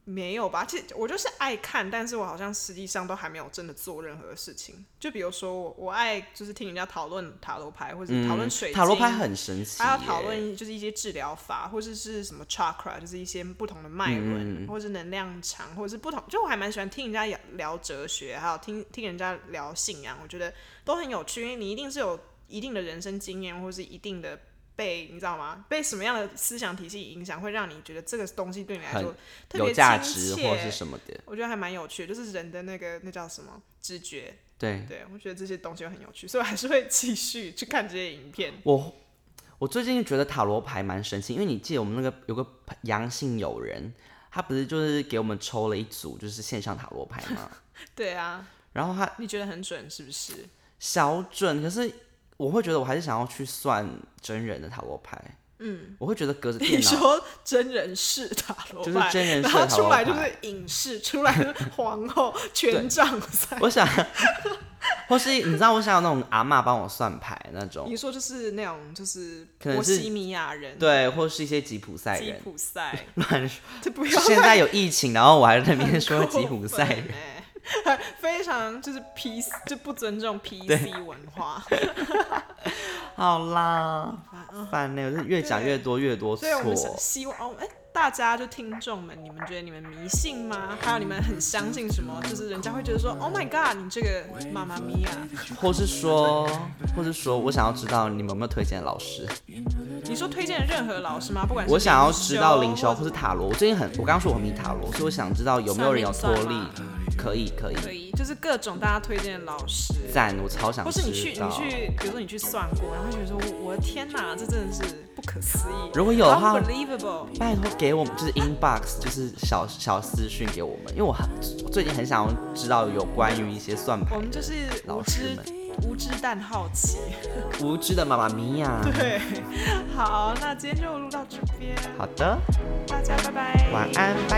A: 没有吧？其实我就是爱看，但是我好像实际上都还没有真的做任何事情。就比如说我，我爱就是听人家讨论塔罗牌，或者讨论水晶、
B: 嗯塔罗牌很神奇耶，
A: 还要讨论就是一些治疗法，或者是什么 chakra，就是一些不同的脉
B: 嗯
A: 轮，或者是能量场，或者是不同。就我还蛮喜欢听人家聊聊哲学，还有听听人家聊信仰，我觉得都很有趣。因为你一定是有一定的人生经验，或是一定的被你知道吗？被什么样的思想体系影响，会让你觉得这个东西对你来说特
B: 有
A: 别
B: 价
A: 亲
B: 值
A: 切
B: 或是什么的，
A: 我觉得还蛮有趣的，就是人的那个那叫什么直觉，
B: 对
A: 对我觉得这些东西很有趣，所以我还是会继续去看这些影片。
B: 我。我最近觉得塔罗牌蛮神奇，因为你记得我们那个有个阳性友人，他不是就是给我们抽了一组就是线上塔罗牌吗？
A: 对啊，
B: 然后他
A: 你觉得很准是不是？
B: 小准，可是我会觉得我还是想要去算真人的塔罗牌，嗯，我会觉得隔着电
A: 你
B: 脑
A: 说真人式塔罗
B: 就是
A: 牌，
B: 真人
A: 然
B: 式
A: 后
B: 塔
A: 出
B: 罗
A: 来就
B: 牌
A: 是影视，出来就是皇后 权杖三。
B: 我想， 或是你知道，我想有那种阿嬷帮我算牌那种，
A: 你说就是那种就是
B: 可能
A: 波
B: 是
A: 西米亚人、
B: 对，或是一些吉普赛
A: 吉
B: 人。
A: 普赛，
B: 乱说
A: 这不要
B: 现在有疫情，然后我还在那边说
A: 很过
B: 吉普赛
A: 分
B: 人，
A: 欸 非常就是 PC 就不尊重 PC 文 化，
B: 好啦，烦呢、我是越讲越多，越多错
A: 哦啊所以。我们想希望哦，哎、大家就听众们，你们觉得你们迷信吗？还有你们很相信什么？就是人家会觉得说，Oh my God，你这个妈妈咪呀，啊
B: 或是说，或是说我想要知道你们有没有推荐的老师，
A: 你说推荐任何老师吗？不管是
B: 我想要
A: 灵
B: 知道灵
A: 修
B: 修或是塔罗。我最近很，我刚刚说我很迷塔罗，所以我想知道有没有人有
A: 算
B: 脱
A: 命
B: 力
A: 算吗，
B: 可以可以，
A: 可以，就是各种大家推荐的老师，
B: 赞，我超想
A: 或
B: 知
A: 是你
B: 道。
A: 去你去，比如说你去算过，然后觉得说，我我的天哪，这真的是不可思议。
B: 如果有的话
A: ，unbelievable。
B: 拜托给我们就是 inbox，就是小小私讯给我们，因为我很我最近很想要知道有关于一些算
A: 我
B: 盘
A: 们就是无
B: 老
A: 知
B: 师们
A: 无知但好奇。
B: 无知的妈妈咪呀。
A: 对，好，那今天就录到这边，
B: 好的，
A: 大家拜拜，
B: 晚安，拜。